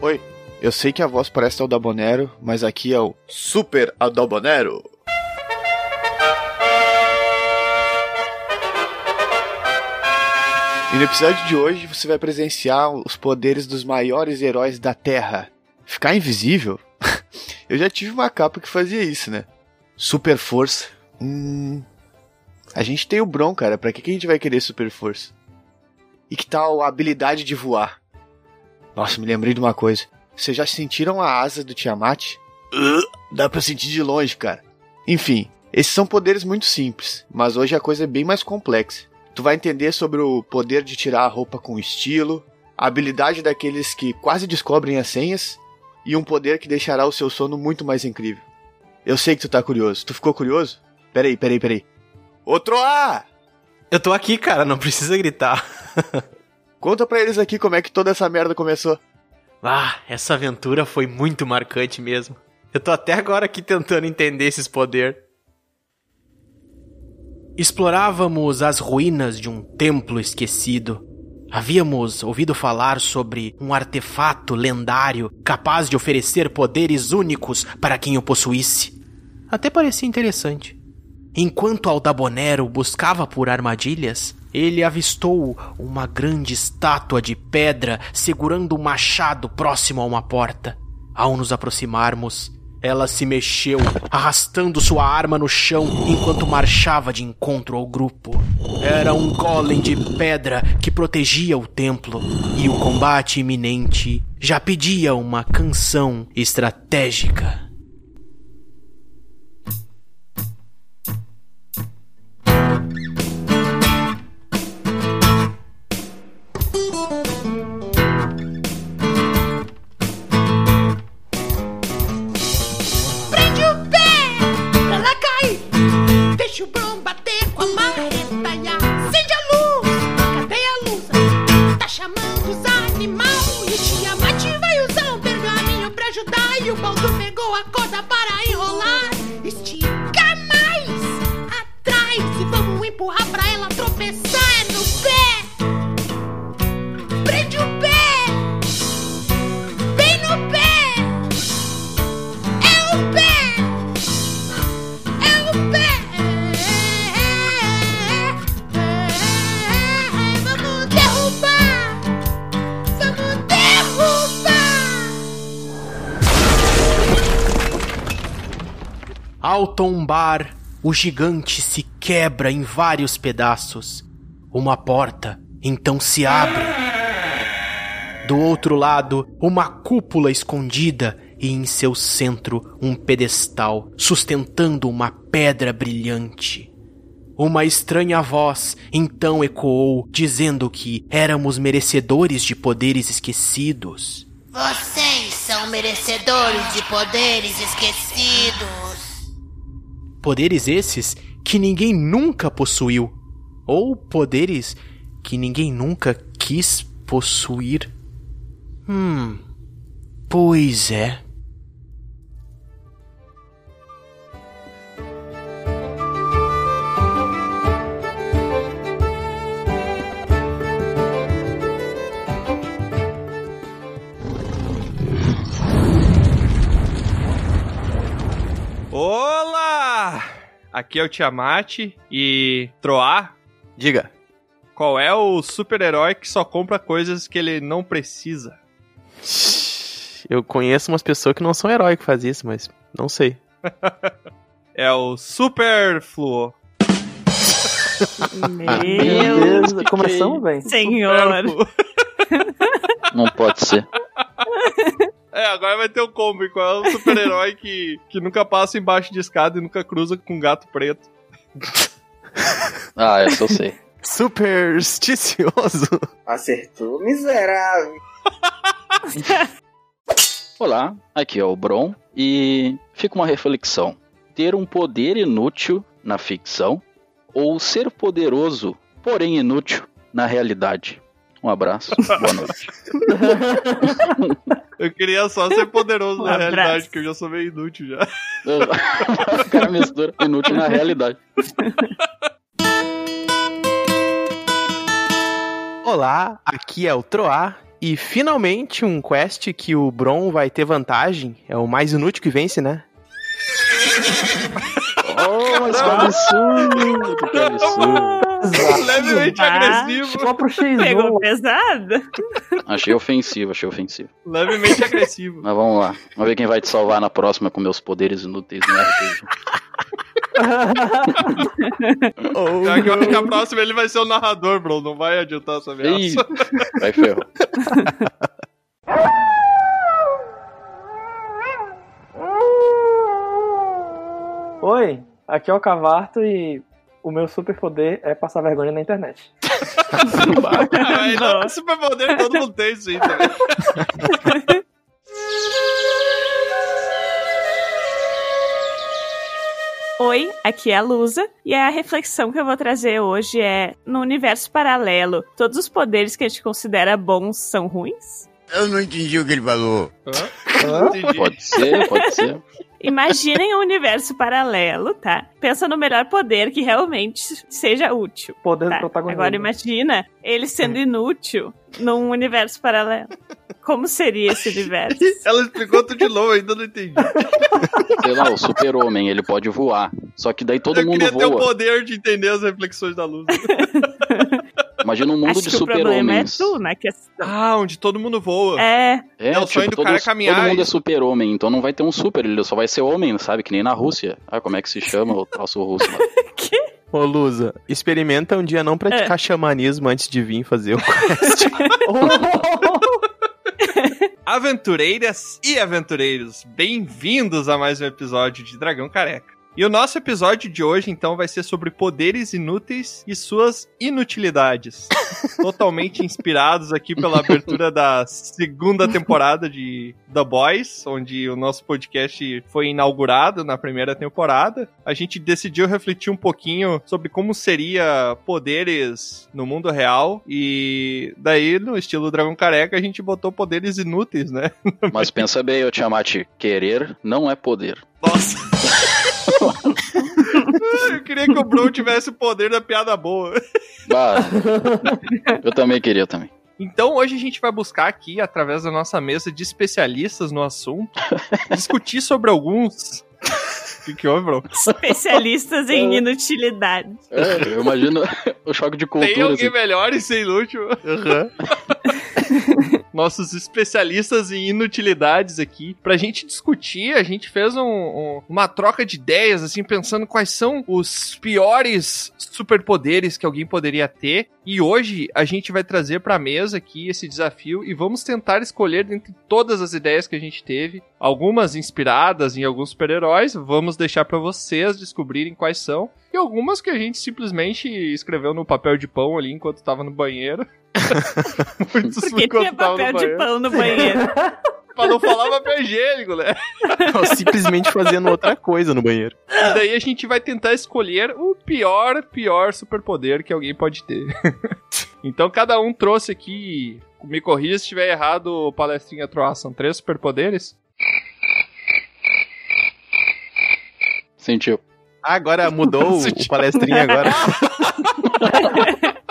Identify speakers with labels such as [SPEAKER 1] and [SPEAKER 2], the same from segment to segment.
[SPEAKER 1] Oi, eu sei que a voz parece Aldabonero, mas aqui é o Super Aldabonero. E no episódio de hoje você vai presenciar os poderes dos maiores heróis da Terra. Ficar invisível? eu já tive uma capa que fazia isso, né? Super força. Hum. A gente tem o Bron, cara. Pra que, que a gente vai querer super força? E que tal a habilidade de voar? Nossa, me lembrei de uma coisa. Vocês já sentiram a asa do Tiamat? Uh, dá pra sentir de longe, cara. Enfim, esses são poderes muito simples, mas hoje a coisa é bem mais complexa. Tu vai entender sobre o poder de tirar a roupa com estilo, a habilidade daqueles que quase descobrem as senhas e um poder que deixará o seu sono muito mais incrível. Eu sei que tu tá curioso. Tu ficou curioso? Peraí, peraí, peraí. Outro A!
[SPEAKER 2] Eu tô aqui, cara, não precisa gritar.
[SPEAKER 1] Conta pra eles aqui como é que toda essa merda começou.
[SPEAKER 2] Ah, essa aventura foi muito marcante mesmo. Eu tô até agora aqui tentando entender esses poderes. Explorávamos as ruínas de um templo esquecido. Havíamos ouvido falar sobre um artefato lendário capaz de oferecer poderes únicos para quem o possuísse. Até parecia interessante. Enquanto Aldabonero buscava por armadilhas, ele avistou uma grande estátua de pedra segurando um machado próximo a uma porta. Ao nos aproximarmos, ela se mexeu, arrastando sua arma no chão enquanto marchava de encontro ao grupo. Era um golem de pedra que protegia o templo, e o combate iminente já pedia uma canção estratégica.
[SPEAKER 3] Prende o pé, pra lá cai. Deixa o Bron bater com a marreta e acende a luz. Cadê a luz? Tá chamando os animal. E Tiamat vai usar um pergaminho pra ajudar. E o Baldo pegou a corda para enrolar. Estica mais atrás e vamos empurrar pra ela tropeçar é no pé. Prende o pé, bem no pé. É o pé! É o pé! Vamos derrubar! Vamos derrubar!
[SPEAKER 2] Ao tombar, o gigante se quebra em vários pedaços. Uma porta então se abre. Do outro lado, uma cúpula escondida e em seu centro um pedestal sustentando uma pedra brilhante. Uma estranha voz então ecoou, dizendo que éramos merecedores de poderes esquecidos.
[SPEAKER 4] Vocês são merecedores de poderes esquecidos.
[SPEAKER 2] Poderes esses que ninguém nunca possuiu. Ou poderes que ninguém nunca quis possuir. Hum. Pois é.
[SPEAKER 5] Olá! Aqui é o Tiamat e Troar.
[SPEAKER 1] Diga.
[SPEAKER 5] Qual é o super-herói que só compra coisas que ele não precisa?
[SPEAKER 6] Eu conheço umas pessoas que não são herói que faz isso, mas não sei.
[SPEAKER 5] É o Superfluo.
[SPEAKER 7] Ah,
[SPEAKER 8] Meu
[SPEAKER 6] começamos
[SPEAKER 9] é
[SPEAKER 6] bem.
[SPEAKER 8] senhor.
[SPEAKER 5] Superfluo.
[SPEAKER 7] Não pode ser.
[SPEAKER 5] É, agora vai ter o combo. Qual é o super-herói que, que nunca passa embaixo de escada e nunca cruza com um gato preto?
[SPEAKER 7] Ah, essa eu sei.
[SPEAKER 6] Supersticioso.
[SPEAKER 10] Acertou, miserável.
[SPEAKER 7] Olá, aqui é o Bron e fica uma reflexão. Ter um poder inútil na ficção ou ser poderoso, porém inútil, na realidade. Um abraço, boa noite.
[SPEAKER 5] Eu queria só ser poderoso
[SPEAKER 8] Um
[SPEAKER 5] na
[SPEAKER 8] abraço.
[SPEAKER 5] realidade, que eu já sou meio inútil já.
[SPEAKER 7] O cara mistura inútil na realidade.
[SPEAKER 6] Olá, aqui é o Troá E finalmente um quest que o Bron vai ter vantagem. É o mais inútil que vence, né?
[SPEAKER 7] Oh, mas que absurdo! Que absurdo!
[SPEAKER 5] Levemente
[SPEAKER 8] Ah.
[SPEAKER 5] agressivo.
[SPEAKER 8] Só pro
[SPEAKER 9] Pegou
[SPEAKER 8] X1.
[SPEAKER 9] pesado?
[SPEAKER 7] Achei ofensivo, achei ofensivo.
[SPEAKER 5] Levemente agressivo.
[SPEAKER 7] Mas vamos lá. Vamos ver quem vai te salvar na próxima com meus poderes inúteis no RPG.
[SPEAKER 5] Já que eu acho que a próxima ele vai ser o narrador, bro. Não vai adiantar essa
[SPEAKER 7] Ih,
[SPEAKER 5] ameaça.
[SPEAKER 7] vai ferro.
[SPEAKER 8] Oi, aqui é o Cavarto e o meu superpoder é passar vergonha na internet.
[SPEAKER 5] Aí, não, superpoder todo mundo tem isso aí também.
[SPEAKER 9] Oi, aqui é a Lusa e a reflexão que eu vou trazer hoje é: no universo paralelo, todos os poderes que a gente considera bons são ruins?
[SPEAKER 11] Eu não entendi o que ele falou.
[SPEAKER 5] Não entendi.
[SPEAKER 7] Pode ser, pode ser.
[SPEAKER 9] Imaginem um universo paralelo, tá? Pensa no melhor poder que realmente seja útil.
[SPEAKER 8] Poder
[SPEAKER 9] tá?
[SPEAKER 8] do protagonista.
[SPEAKER 9] Agora imagina ele sendo inútil num universo paralelo. Como seria esse universo?
[SPEAKER 5] Ela explicou tudo de novo, ainda não entendi.
[SPEAKER 7] Sei lá, o super-homem, ele pode voar. Só que daí todo
[SPEAKER 5] eu
[SPEAKER 7] mundo
[SPEAKER 5] queria ter um o
[SPEAKER 7] voa.
[SPEAKER 5] poder de entender as reflexões da luz.
[SPEAKER 7] Imagina um mundo
[SPEAKER 9] Acho
[SPEAKER 7] de
[SPEAKER 9] que o problema é
[SPEAKER 7] super-homens.
[SPEAKER 9] tu na questão.
[SPEAKER 5] Ah, onde todo mundo voa.
[SPEAKER 9] É,
[SPEAKER 7] É,
[SPEAKER 5] Não, o sonho do cara é caminhar
[SPEAKER 7] todo mundo
[SPEAKER 5] e-
[SPEAKER 7] é super-homem, então não vai ter um super, ele só vai ser homem, sabe? Que nem na Rússia. Ah, como é que se chama o troço russo lá?
[SPEAKER 6] Ô, Lusa, experimenta um dia não praticar xamanismo antes de vir fazer o quest.
[SPEAKER 5] Aventureiras e aventureiros, bem-vindos a mais um episódio de Dragão Careca. E o nosso episódio de hoje, então, vai ser sobre poderes inúteis e suas inutilidades. Totalmente inspirados aqui pela abertura da segunda temporada de The Boys, onde o nosso podcast foi inaugurado na primeira temporada. A gente decidiu refletir um pouquinho sobre como seria poderes no mundo real. E daí, no estilo Dragão Careca, a gente botou poderes inúteis, né?
[SPEAKER 7] Mas pensa bem, eu te amate, querer não é poder.
[SPEAKER 5] Nossa. Eu queria que o Bruno tivesse o poder da piada boa.
[SPEAKER 7] Bah, eu também queria também.
[SPEAKER 5] Então hoje a gente vai buscar aqui, através da nossa mesa de especialistas no assunto, discutir sobre alguns. O que, que houve, Bruno?
[SPEAKER 9] especialistas
[SPEAKER 6] É.
[SPEAKER 9] em inutilidade.
[SPEAKER 7] É, eu imagino o choque de
[SPEAKER 5] Tem
[SPEAKER 7] cultura.
[SPEAKER 5] alguém
[SPEAKER 7] Assim.
[SPEAKER 5] melhor e sem inútil? Nossos especialistas em inutilidades aqui. Pra gente discutir, a gente fez um- um- uma troca de ideias, assim, pensando quais são os piores superpoderes que alguém poderia ter. E hoje a gente vai trazer pra mesa aqui esse desafio e vamos tentar escolher dentre todas as ideias que a gente teve, algumas inspiradas em alguns super-heróis. Vamos deixar pra vocês descobrirem quais são. E algumas que a gente simplesmente escreveu no papel de pão ali enquanto tava no banheiro. Muitos
[SPEAKER 9] Porque tinha é papel de pão no banheiro.
[SPEAKER 5] Pra não falar papel higiênico, né?
[SPEAKER 6] Ou simplesmente fazendo outra coisa no banheiro.
[SPEAKER 5] E daí a gente vai tentar escolher o pior, pior superpoder que alguém pode ter. então cada um trouxe aqui. Me corrija se estiver errado, palestrinha Troá. São três superpoderes?
[SPEAKER 7] Sentiu.
[SPEAKER 6] Ah, agora mudou o palestrinho agora.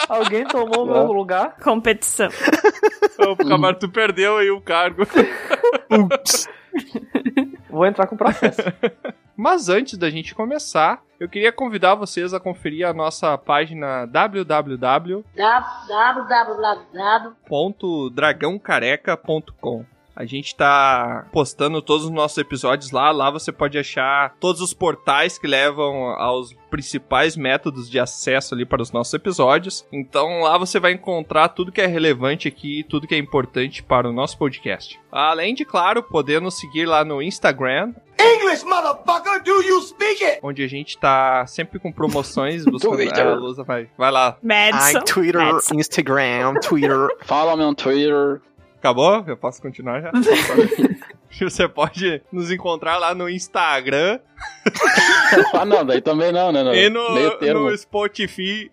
[SPEAKER 8] Alguém tomou o meu lugar?
[SPEAKER 9] Competição.
[SPEAKER 5] Ô, Camaro, tu perdeu aí o cargo.
[SPEAKER 8] Vou entrar com processo.
[SPEAKER 5] Mas antes da gente começar, eu queria convidar vocês a conferir a nossa página www
[SPEAKER 4] www.
[SPEAKER 5] www.dragãocareca.com. A gente tá postando todos os nossos episódios lá. Lá você pode achar todos os portais que levam aos principais métodos de acesso ali para os nossos episódios. Então lá você vai encontrar tudo que é relevante aqui, tudo que é importante para o nosso podcast. Além de, claro, poder nos seguir lá no Instagram,
[SPEAKER 10] English, motherfucker, do you speak it?
[SPEAKER 5] onde a gente tá sempre com promoções. Buscando...
[SPEAKER 7] Twitter.
[SPEAKER 5] Ah, Lusa, vai. vai lá.
[SPEAKER 9] Madison.
[SPEAKER 6] Ai, tá Twitter,
[SPEAKER 9] Madison.
[SPEAKER 6] Instagram, Twitter.
[SPEAKER 7] Fala meu Twitter.
[SPEAKER 5] Acabou? Eu posso continuar já? Você pode nos encontrar lá no Instagram,
[SPEAKER 7] Ah, não, daí também não, né? Não.
[SPEAKER 5] E no,
[SPEAKER 7] Meio termo.
[SPEAKER 5] no Spotify.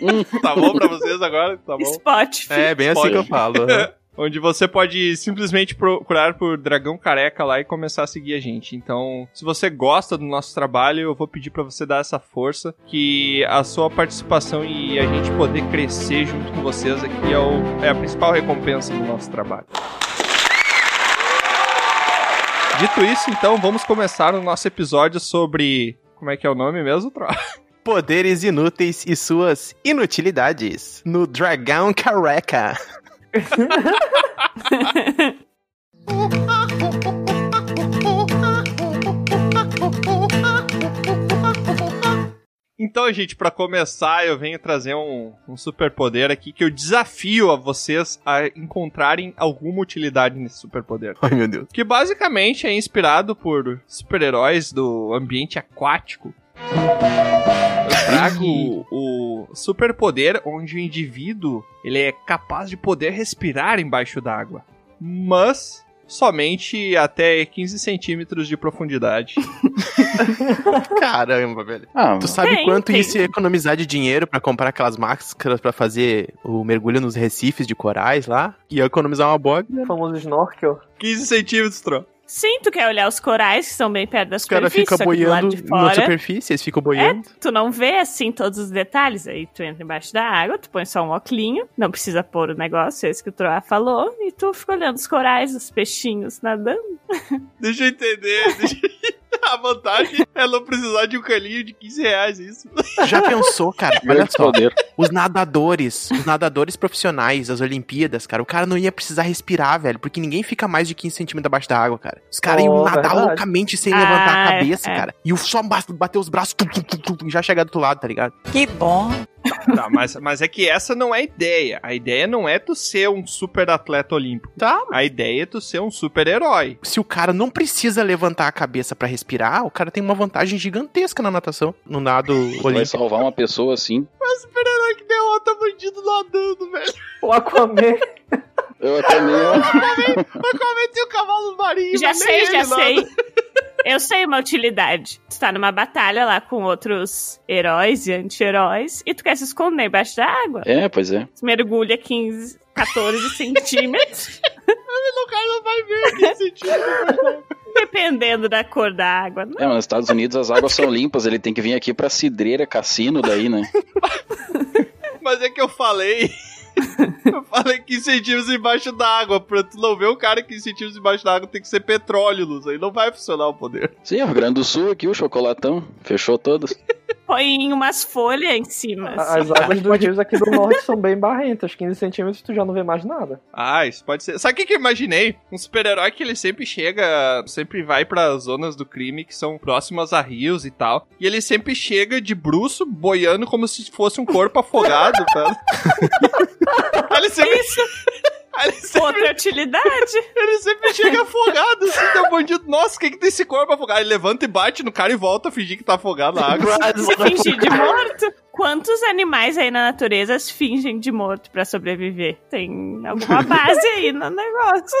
[SPEAKER 7] Hum.
[SPEAKER 5] tá bom pra vocês agora? Tá bom.
[SPEAKER 9] Spotify.
[SPEAKER 6] É, bem assim
[SPEAKER 5] Pode.
[SPEAKER 6] que eu falo. né?
[SPEAKER 5] Onde você pode simplesmente procurar por Dragão Careca lá e começar a seguir a gente. Então, se você gosta do nosso trabalho, eu vou pedir para você dar essa força, que a sua participação e a gente poder crescer junto com vocês aqui é, o- é a principal recompensa do nosso trabalho. Dito isso, então, vamos começar o nosso episódio sobre. Como é que é o nome mesmo, Tro?
[SPEAKER 6] Poderes inúteis e suas inutilidades no Dragão Careca.
[SPEAKER 5] Então, gente, pra começar, eu venho trazer um, um superpoder aqui que eu desafio a vocês a encontrarem alguma utilidade nesse superpoder.
[SPEAKER 6] Ai, meu Deus.
[SPEAKER 5] Que basicamente é inspirado por super-heróis do ambiente aquático. Eu trago o superpoder onde o indivíduo ele é capaz de poder respirar embaixo d'água, mas somente até 15 centímetros de profundidade.
[SPEAKER 6] Caramba, velho.
[SPEAKER 5] Ah,
[SPEAKER 6] tu sabe
[SPEAKER 5] tem,
[SPEAKER 6] quanto
[SPEAKER 5] tem.
[SPEAKER 6] isso ia economizar de dinheiro pra comprar aquelas máscaras pra fazer o mergulho nos recifes de corais lá? Ia economizar uma boa. O famoso snorkel.
[SPEAKER 5] 15 centímetros, tro.
[SPEAKER 9] Sim, tu quer olhar os corais que estão bem perto da
[SPEAKER 6] Os caras
[SPEAKER 9] superfície,
[SPEAKER 6] ficam
[SPEAKER 9] só que do lado
[SPEAKER 6] boiando
[SPEAKER 9] de
[SPEAKER 6] na
[SPEAKER 9] fora.
[SPEAKER 6] superfície, eles ficam
[SPEAKER 9] É,
[SPEAKER 6] boiando.
[SPEAKER 9] tu não vê assim todos os detalhes. Aí tu entra embaixo da água, tu põe só um oclinho, não precisa pôr o negócio, é isso que o Troá falou, e tu fica olhando os corais, os peixinhos nadando.
[SPEAKER 5] Deixa eu entender. deixa eu- A vantagem é não precisar de um caninho de 15 reais, isso.
[SPEAKER 2] É?
[SPEAKER 6] Já pensou, cara?
[SPEAKER 7] Grande
[SPEAKER 6] Olha só.
[SPEAKER 7] é poder.
[SPEAKER 6] Os nadadores, os nadadores profissionais das Olimpíadas, cara, o cara não ia precisar respirar, velho, porque ninguém fica mais de 15 centímetros abaixo da água, cara. Os caras iam
[SPEAKER 2] Oh,
[SPEAKER 6] nadar
[SPEAKER 2] verdade.
[SPEAKER 6] loucamente sem
[SPEAKER 2] Ah,
[SPEAKER 6] levantar a
[SPEAKER 2] é,
[SPEAKER 6] cabeça,
[SPEAKER 2] é.
[SPEAKER 6] cara. E o só ba- bater os braços tum, tum, tum, tum, tum, e já chegar do outro lado, tá ligado?
[SPEAKER 5] Que bom. Tá, mas, mas é que essa não é a ideia. A ideia não é tu ser um super atleta olímpico.
[SPEAKER 6] Tá.
[SPEAKER 5] A ideia é tu ser um super herói.
[SPEAKER 6] Se o cara não precisa levantar a cabeça pra respirar, o cara tem uma vantagem gigantesca na natação, no nado
[SPEAKER 7] Vai
[SPEAKER 6] olímpico.
[SPEAKER 7] salvar uma pessoa assim.
[SPEAKER 5] Mas super-herói que derrota bandido nadando, velho.
[SPEAKER 8] O Aquaman.
[SPEAKER 7] Eu até meio.
[SPEAKER 5] Cometi o cavalo marinho.
[SPEAKER 9] Já
[SPEAKER 5] mas nem
[SPEAKER 9] sei,
[SPEAKER 5] ele
[SPEAKER 9] já
[SPEAKER 5] nada.
[SPEAKER 9] sei. Eu sei uma utilidade. Tu tá numa batalha lá com outros heróis e anti-heróis e tu quer se esconder embaixo da água.
[SPEAKER 7] É, pois é.
[SPEAKER 9] Tu mergulha 15, 14 centímetros.
[SPEAKER 5] O cara não vai ver aqui sentido.
[SPEAKER 9] Dependendo da cor da água. né?
[SPEAKER 7] É, mas nos Estados Unidos as águas são limpas, ele tem que vir aqui pra cidreira, cassino daí, né?
[SPEAKER 5] Mas é que eu falei. Eu falei 15 centímetros embaixo da água. Pra tu não ver o cara 15 centímetros embaixo da água tem que ser petróleo, Luz. Aí não vai funcionar o poder.
[SPEAKER 7] Sim, o Rio Grande do Sul aqui, o chocolatão, fechou todas.
[SPEAKER 9] Põe umas folhas em cima.
[SPEAKER 8] A- As
[SPEAKER 9] assim.
[SPEAKER 8] águas dos rios aqui do norte são bem barrentas. 15 centímetros tu já não vê mais nada.
[SPEAKER 5] Ah, isso pode ser. Sabe o que, que eu imaginei? Um super-herói que ele sempre chega, sempre vai pra zonas do crime que são próximas a rios e tal. E ele sempre chega de bruço, boiando como se fosse um corpo afogado, tá? Aí ele sempre... Isso. Ele sempre...
[SPEAKER 9] É Outra utilidade.
[SPEAKER 5] Ele sempre chega afogado, assim, tem um bandido. Nossa, o que, que tem esse corpo afogado? Ele levanta e bate no cara e volta a fingir que tá afogado na água.
[SPEAKER 9] Se fingir de morto. Quantos animais aí na natureza se fingem de morto pra sobreviver? Tem alguma base aí no negócio.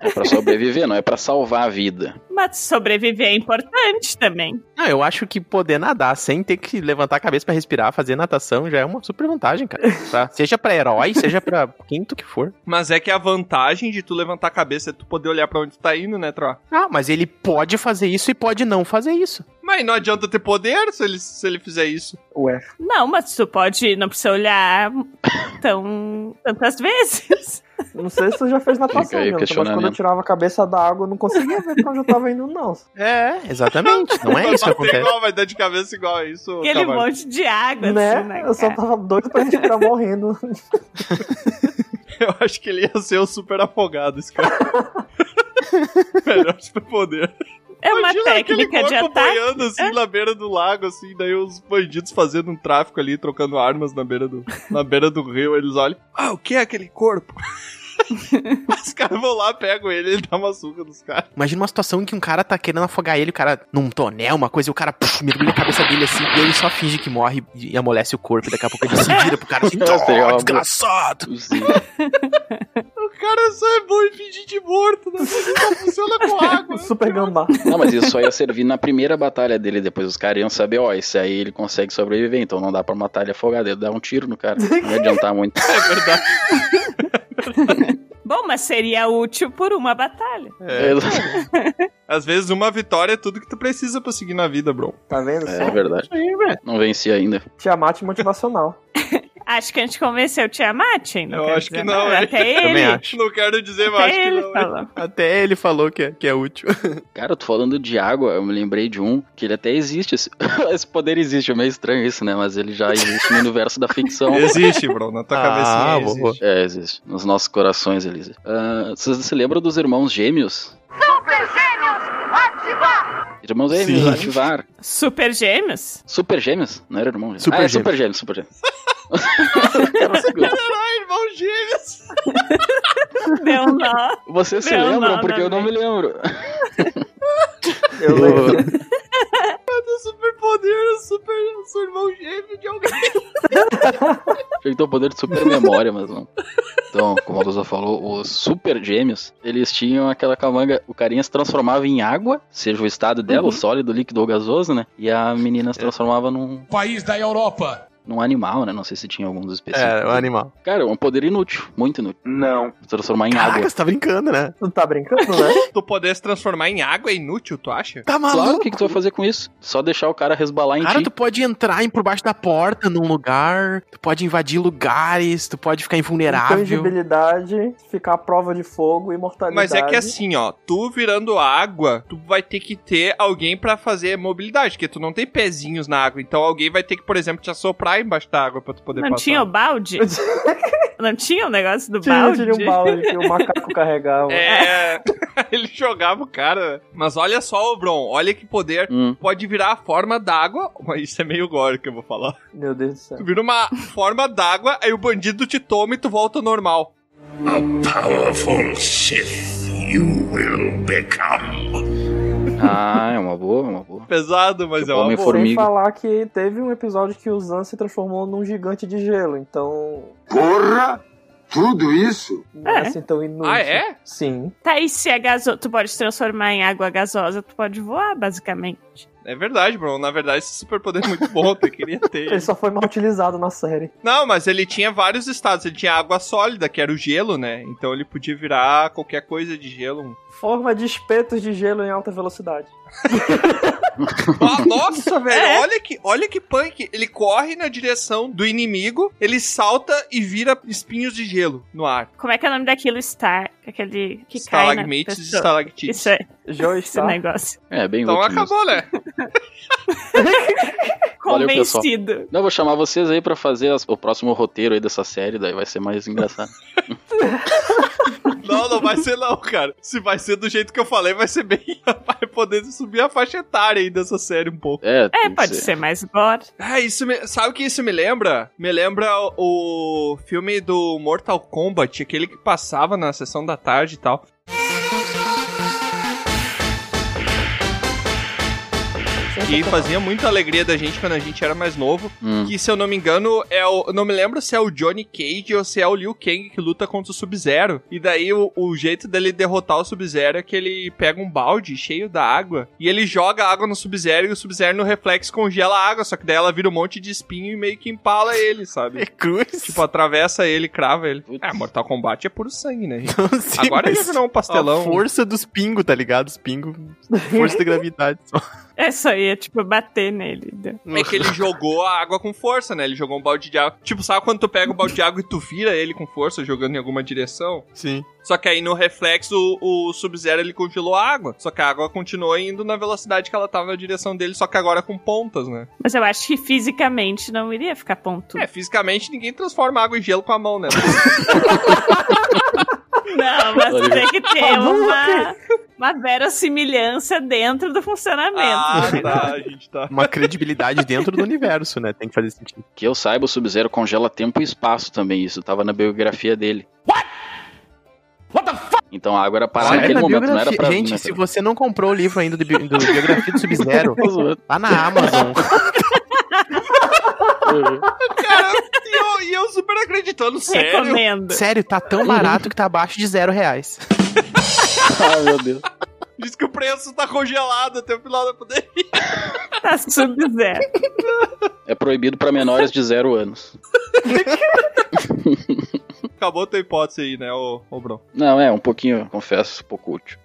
[SPEAKER 7] É pra sobreviver, não é pra salvar a vida.
[SPEAKER 9] Mas sobreviver é importante também.
[SPEAKER 6] Não, eu acho que poder nadar sem ter que levantar a cabeça pra respirar, fazer natação, já é uma super vantagem, cara. Tá? Seja pra herói, seja pra quem tu que for.
[SPEAKER 5] Mas é que a vantagem de tu levantar a cabeça é tu poder olhar pra onde tu tá indo, né, Tro?
[SPEAKER 6] Ah, mas ele pode fazer isso e pode não fazer isso.
[SPEAKER 5] Mas não adianta ter poder se ele, se ele fizer isso.
[SPEAKER 8] Ué.
[SPEAKER 9] Não, mas tu pode, não precisa olhar tão tantas vezes.
[SPEAKER 8] Não sei se tu já fez
[SPEAKER 7] Fica
[SPEAKER 8] natação,
[SPEAKER 7] aí
[SPEAKER 8] Jonathan, mas quando
[SPEAKER 7] o
[SPEAKER 8] eu
[SPEAKER 7] questionamento.
[SPEAKER 8] tirava a cabeça da água, eu não conseguia ver pra onde eu tava indo, não.
[SPEAKER 6] É, exatamente. Não é
[SPEAKER 5] Vai
[SPEAKER 6] isso que
[SPEAKER 5] bater
[SPEAKER 6] acontece.
[SPEAKER 5] igual, vai dar de cabeça igual a isso.
[SPEAKER 9] Aquele
[SPEAKER 5] Camargo.
[SPEAKER 9] monte de água, assim, né?
[SPEAKER 8] Né? Eu só
[SPEAKER 9] cara?
[SPEAKER 8] tava doido pra gente ficar morrendo.
[SPEAKER 5] Eu acho que ele ia ser o super afogado, esse cara. Melhor super poder.
[SPEAKER 9] É uma
[SPEAKER 5] aquele
[SPEAKER 9] técnica de
[SPEAKER 5] corpo
[SPEAKER 9] ataque.
[SPEAKER 5] boiando assim na beira do lago, assim, daí os bandidos fazendo um tráfico ali, trocando armas na beira do, na beira do rio, eles olham. Ah, o que é aquele corpo? Os caras vão lá, pegam ele, ele dá uma surra nos caras.
[SPEAKER 6] Imagina uma situação em que um cara tá querendo afogar ele, o cara num tonel, uma coisa, e o cara puf, mergulha a cabeça dele assim, e ele só finge que morre e amolece o corpo, e daqui a pouco ele se vira pro cara assim,
[SPEAKER 7] Nossa, é
[SPEAKER 6] "Tó,
[SPEAKER 7] uma-
[SPEAKER 6] desgraçado!
[SPEAKER 5] O cara só é bom em fingir de morto, né? Ele só funciona com água.
[SPEAKER 8] Super gambá.
[SPEAKER 7] Não, mas isso só ia servir na primeira batalha dele. Depois os caras iam saber, ó, esse aí ele consegue sobreviver, então não dá pra matar ele afogado. Ele dá um tiro no cara. Não ia adiantar muito.
[SPEAKER 5] É verdade.
[SPEAKER 9] Bom, mas seria útil por uma batalha.
[SPEAKER 5] É. Às vezes uma vitória é tudo que tu precisa pra seguir na vida, bro.
[SPEAKER 8] Tá vendo?
[SPEAKER 7] É verdade. Não venci ainda.
[SPEAKER 8] Tiamat motivacional.
[SPEAKER 9] Acho que a gente convenceu o Tiamat, hein?
[SPEAKER 5] Eu acho que não, hein?
[SPEAKER 9] Até
[SPEAKER 7] Também
[SPEAKER 9] ele.
[SPEAKER 7] acho.
[SPEAKER 5] Não quero dizer, mas acho
[SPEAKER 9] Até
[SPEAKER 5] que
[SPEAKER 9] ele
[SPEAKER 5] não.
[SPEAKER 9] falou.
[SPEAKER 6] Até ele falou que é, que é útil.
[SPEAKER 7] Cara, eu tô falando de água, eu me lembrei de um que ele até existe. Esse, esse poder existe, é meio estranho isso, né? Mas ele já existe no universo da ficção.
[SPEAKER 5] Então, Existe, bro, na tua
[SPEAKER 7] Ah,
[SPEAKER 5] cabecinha
[SPEAKER 7] boa.
[SPEAKER 5] existe.
[SPEAKER 7] É, existe. Nos nossos corações, Elisa. Ah, Vocês se lembram dos irmãos gêmeos?
[SPEAKER 3] Super Gêmeos, ativar!
[SPEAKER 7] Irmãos gêmeos,
[SPEAKER 3] Sim.
[SPEAKER 7] ativar.
[SPEAKER 9] Super Gêmeos?
[SPEAKER 7] Super gêmeos? Não era irmão gêmeo.
[SPEAKER 3] Super
[SPEAKER 7] ah, é
[SPEAKER 3] gêmeos.
[SPEAKER 7] super gêmeos, super gêmeos.
[SPEAKER 5] Ai, irmão gêmeos!
[SPEAKER 9] Deu um nó.
[SPEAKER 7] Vocês se
[SPEAKER 9] Deu um
[SPEAKER 7] lembram?
[SPEAKER 9] nó
[SPEAKER 7] Porque eu não me
[SPEAKER 9] também.
[SPEAKER 7] lembro.
[SPEAKER 8] Eu
[SPEAKER 7] lembro.
[SPEAKER 5] Eu tenho super poder, eu super, eu sou irmão gêmeo de alguém.
[SPEAKER 7] Achei que tem o poder de super memória, mas não. Então, como a Lusa falou, os super gêmeos, eles tinham aquela camanga, o carinha se transformava em água, seja o estado
[SPEAKER 6] Uhum.
[SPEAKER 7] dela, o sólido, líquido ou gasoso, né? E a menina se
[SPEAKER 6] É.
[SPEAKER 7] transformava num,
[SPEAKER 12] País da Europa.
[SPEAKER 7] num animal, né? Não sei se tinha algum dos específicos.
[SPEAKER 6] É, um animal.
[SPEAKER 7] Cara, é um poder inútil, muito inútil. Não. Se transformar em água.
[SPEAKER 6] Caraca, você tá brincando, né?
[SPEAKER 8] Tu tá brincando, né?
[SPEAKER 5] tu poder se transformar em água é inútil, tu acha?
[SPEAKER 6] Tá maluco?
[SPEAKER 7] Claro, o que, que tu vai fazer com isso? Só deixar o cara resbalar em
[SPEAKER 6] Cara,
[SPEAKER 7] ti.
[SPEAKER 6] tu pode entrar em- por baixo da porta num lugar, tu pode invadir lugares, tu pode ficar
[SPEAKER 8] Então,
[SPEAKER 6] invulnerável.
[SPEAKER 8] Intangibilidade, ficar à prova de fogo, imortalidade.
[SPEAKER 5] Mas é que assim, ó, tu virando água, tu vai ter que ter alguém pra fazer mobilidade, porque tu não tem pezinhos na água, então alguém vai ter que, por exemplo, te assoprar embaixo da água pra tu poder
[SPEAKER 9] Não
[SPEAKER 5] passar.
[SPEAKER 9] tinha o balde? não tinha o negócio do
[SPEAKER 8] Tinha,
[SPEAKER 9] balde?
[SPEAKER 8] tinha um balde que o macaco carregava.
[SPEAKER 5] É, ele jogava o cara. Mas olha só, ô Bron, olha que poder.
[SPEAKER 7] Hum.
[SPEAKER 5] Pode virar a forma d'água. Mas isso é meio gore que eu vou falar.
[SPEAKER 8] Meu Deus do céu.
[SPEAKER 5] Tu vira uma forma d'água, aí o bandido te toma e tu volta ao normal.
[SPEAKER 11] Powerful Sith you will become.
[SPEAKER 7] Ah, é uma boa, é uma boa.
[SPEAKER 5] Pesado, mas é uma
[SPEAKER 7] Homem
[SPEAKER 5] boa.
[SPEAKER 8] Sem falar que teve um episódio que o Zan se transformou num gigante de gelo, então.
[SPEAKER 10] Porra! Tudo isso?
[SPEAKER 8] Não é, assim tão inútil.
[SPEAKER 5] Ah, é?
[SPEAKER 8] Sim.
[SPEAKER 9] Tá, e se é gaso... tu pode se transformar em água gasosa, tu pode voar, basicamente.
[SPEAKER 5] É verdade, Bron. Na verdade, esse superpoder é muito bom, eu queria ter.
[SPEAKER 8] Ele só foi mal utilizado na série.
[SPEAKER 5] Não, mas ele tinha vários estados. Ele tinha água sólida, que era o gelo, né? Então ele podia virar qualquer coisa de gelo.
[SPEAKER 8] Forma de espetos de gelo em alta velocidade.
[SPEAKER 5] Ah, nossa, velho,
[SPEAKER 9] É.
[SPEAKER 5] olha, que, olha que punk. Ele corre na direção do inimigo, ele salta e vira espinhos de gelo no ar.
[SPEAKER 9] Como é que é o nome daquilo? Star, aquele que cai na
[SPEAKER 5] Stalagmites e
[SPEAKER 9] pessoa.
[SPEAKER 5] estalactites.
[SPEAKER 9] Isso é.
[SPEAKER 8] Joe
[SPEAKER 9] Esse
[SPEAKER 8] Star.
[SPEAKER 9] negócio.
[SPEAKER 7] É, bem
[SPEAKER 5] Então
[SPEAKER 7] útil
[SPEAKER 5] acabou, né?
[SPEAKER 7] Valeu, pessoal.
[SPEAKER 9] Convencido.
[SPEAKER 7] Não, eu vou chamar vocês aí pra fazer as- o próximo roteiro aí dessa série, daí vai ser mais engraçado.
[SPEAKER 5] Não, não vai ser não, cara. Se vai ser do jeito que eu falei, vai ser bem... Vai poder subir a faixa etária aí dessa série um pouco.
[SPEAKER 7] É,
[SPEAKER 9] É, pode ser mais gore.
[SPEAKER 5] Ah, isso me... Sabe o que isso me lembra? Me lembra o o filme do Mortal Kombat, aquele que passava na sessão da tarde e tal. Que fazia muita alegria da gente quando a gente era mais novo.
[SPEAKER 7] Hum.
[SPEAKER 5] Que, se eu não me engano, é o. eu Não me lembro se é o Johnny Cage ou se é o Liu Kang que luta contra o Sub-Zero. E daí o, o jeito dele derrotar o Sub-Zero é que ele pega um balde cheio da água e ele joga a água no Sub-Zero e o Sub-Zero no reflexo congela a água. Só que daí ela vira um monte de espinho e meio que empala ele, sabe?
[SPEAKER 6] É cruz.
[SPEAKER 5] Tipo, atravessa ele, crava ele. É, Mortal Kombat é puro sangue, né, gente?
[SPEAKER 6] Sim,
[SPEAKER 5] Agora ele
[SPEAKER 6] mas
[SPEAKER 5] virou um
[SPEAKER 6] A
[SPEAKER 5] pastelão.
[SPEAKER 6] força dos pingos, tá ligado? Os pingos. Força da gravidade. só.
[SPEAKER 9] Essa aí é tipo bater nele. deu.
[SPEAKER 5] É que ele jogou a água com força, né? Ele jogou um balde de água. Tipo, sabe quando tu pega o balde de água e tu vira ele com força, jogando em alguma direção?
[SPEAKER 6] Sim.
[SPEAKER 5] Só que aí no reflexo, o, o Sub-Zero ele congelou a água. Só que a água continuou indo na velocidade que ela tava na direção dele, só que agora com pontas, né?
[SPEAKER 9] Mas eu acho que fisicamente não iria ficar pontudo.
[SPEAKER 5] É, fisicamente ninguém transforma água em gelo com a mão, né?
[SPEAKER 9] Não, mas tem que ter
[SPEAKER 5] Tá bom,
[SPEAKER 9] uma, uma verossimilhança dentro do funcionamento. Ah,
[SPEAKER 5] tá, gente tá.
[SPEAKER 6] Uma credibilidade dentro do universo, né? Tem que fazer sentido.
[SPEAKER 7] Que eu saiba, o Sub-Zero congela tempo e espaço também. Isso tava na biografia dele. What? What the fuck? Então a água era parada
[SPEAKER 6] Olha,
[SPEAKER 7] naquele
[SPEAKER 6] na
[SPEAKER 7] momento, não era
[SPEAKER 6] biografia-
[SPEAKER 7] pra
[SPEAKER 6] Gente,
[SPEAKER 7] né,
[SPEAKER 6] se
[SPEAKER 7] cara?
[SPEAKER 6] você não comprou o livro ainda do, bi- do Biografia do Sub-Zero,
[SPEAKER 7] Tô zoando.
[SPEAKER 6] lá na Amazon.
[SPEAKER 5] Cara, e eu, e eu super acreditando, sério.
[SPEAKER 6] Sério, tá tão barato que tá abaixo de zero reais.
[SPEAKER 7] Ah, meu Deus.
[SPEAKER 5] Diz que o preço tá congelado até o final da pandemia.
[SPEAKER 9] Tá sub-zero.
[SPEAKER 7] É proibido pra menores de zero anos.
[SPEAKER 5] acabou a tua hipótese aí, né, ô, ô Bron?
[SPEAKER 7] Não, é um pouquinho, confesso, um pouco útil.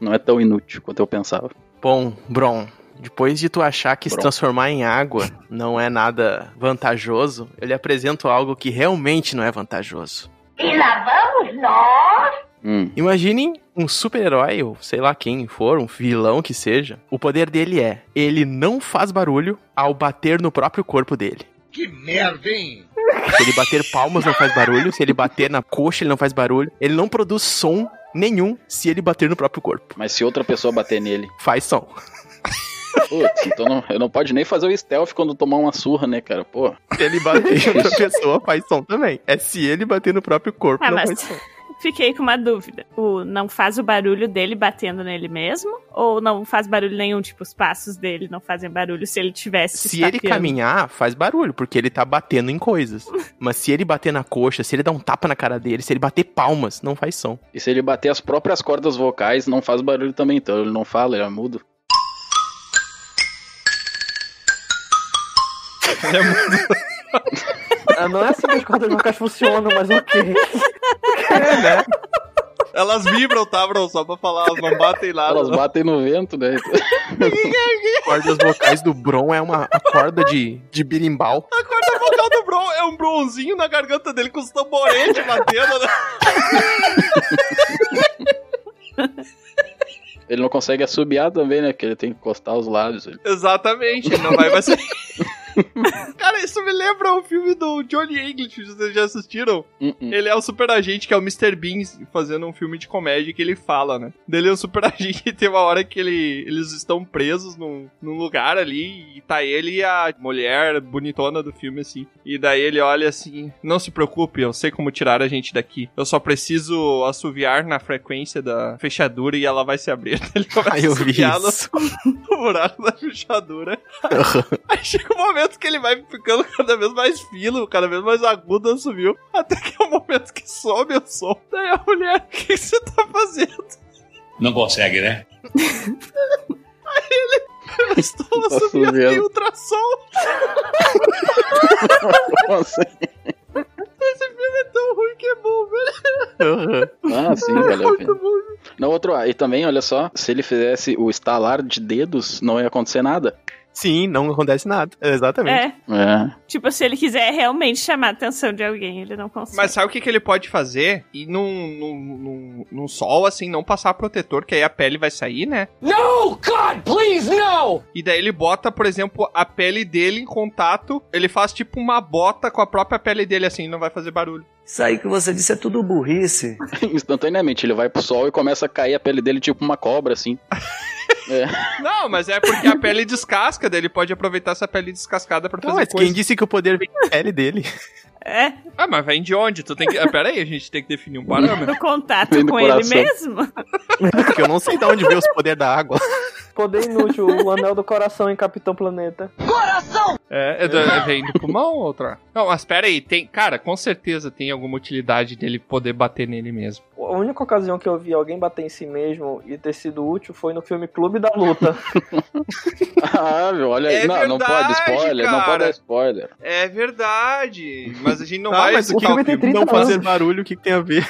[SPEAKER 7] Não é tão inútil quanto eu pensava.
[SPEAKER 6] Bom, Bron, depois de tu achar que se transformar em água não é nada vantajoso, eu lhe apresento algo que realmente não é vantajoso.
[SPEAKER 3] E lá vamos nós!
[SPEAKER 7] Hum.
[SPEAKER 6] Imaginem um super-herói, ou sei lá quem for, um vilão que seja. O poder dele é: ele não faz barulho ao bater no próprio corpo dele.
[SPEAKER 11] Que merda, hein?
[SPEAKER 6] Se ele bater palmas, não faz barulho. Se ele bater na coxa, ele não faz barulho. Ele não produz som nenhum se ele bater no próprio corpo.
[SPEAKER 7] Mas se outra pessoa bater nele.
[SPEAKER 6] Faz som.
[SPEAKER 7] Putz, então não, eu não pode nem fazer o stealth quando tomar uma surra, né, cara? Pô.
[SPEAKER 6] Se ele bater em outra pessoa, faz som também. É se ele bater no próprio corpo,
[SPEAKER 9] Ah,
[SPEAKER 6] não
[SPEAKER 9] mas-
[SPEAKER 6] faz som.
[SPEAKER 9] Fiquei com uma dúvida. O não faz o barulho dele batendo nele mesmo? Ou não faz barulho nenhum? Tipo, os passos dele não fazem barulho se ele tivesse.
[SPEAKER 6] Se ele
[SPEAKER 9] estapeando?
[SPEAKER 6] caminhar, faz barulho, porque ele tá batendo em coisas. Mas se ele bater na coxa, se ele dar um tapa na cara dele, se ele bater palmas, não faz som.
[SPEAKER 7] E se ele bater as próprias cordas vocais, não faz barulho também, então ele não fala, ele é mudo.
[SPEAKER 8] Ah, não é assim que as cordas vocais funcionam, mas ok.
[SPEAKER 5] Elas vibram, tá, Bron? Só pra falar, elas não batem nada.
[SPEAKER 7] Elas batem no vento, né?
[SPEAKER 6] Cordas vocais do Bron é uma a corda de, de birimbau.
[SPEAKER 5] A corda vocal do Bron é um bronzinho na garganta dele com os tamborete batendo, né?
[SPEAKER 7] Ele não consegue assobiar também, né? Porque ele tem que encostar os lábios. Ele...
[SPEAKER 5] Exatamente, ele não vai mais sair. Cara, isso me lembra o filme do Johnny English, vocês já assistiram?
[SPEAKER 7] "Hum,
[SPEAKER 6] Uhum.
[SPEAKER 5] Ele é o super agente que é o Mr. Bean fazendo um filme de comédia que ele fala, né? Daí Ele é um super agente e tem uma hora que ele, eles estão presos num, num lugar ali e tá ele e a mulher bonitona do filme, assim. E daí ele olha assim, não se preocupe, eu sei como tirar a gente daqui. Eu só preciso assoviar na frequência da fechadura e ela vai se abrir. Ele começa
[SPEAKER 6] Ah, eu
[SPEAKER 5] a
[SPEAKER 6] vi
[SPEAKER 5] assoviar no-
[SPEAKER 6] isso.
[SPEAKER 5] no buraco da fechadura. Aí chega um momento que ele vai ficando cada vez mais fino, cada vez mais agudo, sumiu. Até que é o momento que sobe o som. Daí a mulher, o que que você tá fazendo?
[SPEAKER 11] Não consegue, né?
[SPEAKER 5] Aí ele, eu estou
[SPEAKER 11] Tá
[SPEAKER 5] assumindo
[SPEAKER 11] subindo.
[SPEAKER 5] em ultrassom. Esse filme é tão ruim que é bom, velho.
[SPEAKER 7] Ah, sim, valeu a
[SPEAKER 5] Muito
[SPEAKER 7] pena. No outro, ah, e também, olha só, se ele fizesse o estalar de dedos, não ia acontecer nada.
[SPEAKER 6] Sim, não acontece nada. Exatamente.
[SPEAKER 9] É.
[SPEAKER 7] É.
[SPEAKER 9] Tipo, se ele quiser realmente chamar a atenção de alguém, ele não consegue.
[SPEAKER 5] Mas sabe o que, que ele pode fazer? E num, num, num, num sol, assim, não passar protetor, que aí a pele vai sair, né? No, God, please, no! E daí ele bota, por exemplo, a pele dele em contato, ele faz tipo uma bota com a própria pele dele, assim, não vai fazer barulho.
[SPEAKER 7] Isso aí que você disse é tudo burrice. Instantaneamente, ele vai pro sol e começa a cair a pele dele tipo uma cobra, assim. É.
[SPEAKER 5] Não, mas é porque a pele descasca, daí ele pode aproveitar essa pele descascada pra
[SPEAKER 6] Não,
[SPEAKER 5] É, fazer
[SPEAKER 6] mas
[SPEAKER 5] coisa.
[SPEAKER 6] quem disse que o poder vem da pele dele?
[SPEAKER 9] É.
[SPEAKER 5] Ah, mas vem de onde? Tu tem que... Ah, pera aí, a gente tem que definir um parâmetro.
[SPEAKER 9] No contato
[SPEAKER 5] Vem do
[SPEAKER 9] com ele
[SPEAKER 5] coração.
[SPEAKER 9] mesmo?
[SPEAKER 6] Porque eu não sei de onde veio os poderes da água.
[SPEAKER 8] Poder inútil, o anel do coração em Capitão Planeta.
[SPEAKER 3] Coração!
[SPEAKER 5] É, é do- é, vem do pulmão ou outra? Não, mas pera aí, tem. Cara, com certeza tem alguma utilidade dele poder bater nele mesmo.
[SPEAKER 8] A única ocasião que eu vi alguém bater em si mesmo e ter sido útil foi no filme Clube da Luta.
[SPEAKER 7] ah, meu, olha aí.
[SPEAKER 5] É
[SPEAKER 7] não, não pode
[SPEAKER 5] verdade,
[SPEAKER 7] spoiler, não
[SPEAKER 5] cara.
[SPEAKER 7] pode dar spoiler.
[SPEAKER 5] É verdade. Mas a gente não
[SPEAKER 6] Ah,
[SPEAKER 5] vai
[SPEAKER 6] mas o
[SPEAKER 5] escutar
[SPEAKER 6] que
[SPEAKER 5] o filme.
[SPEAKER 6] não fazer barulho, o que, que tem a ver?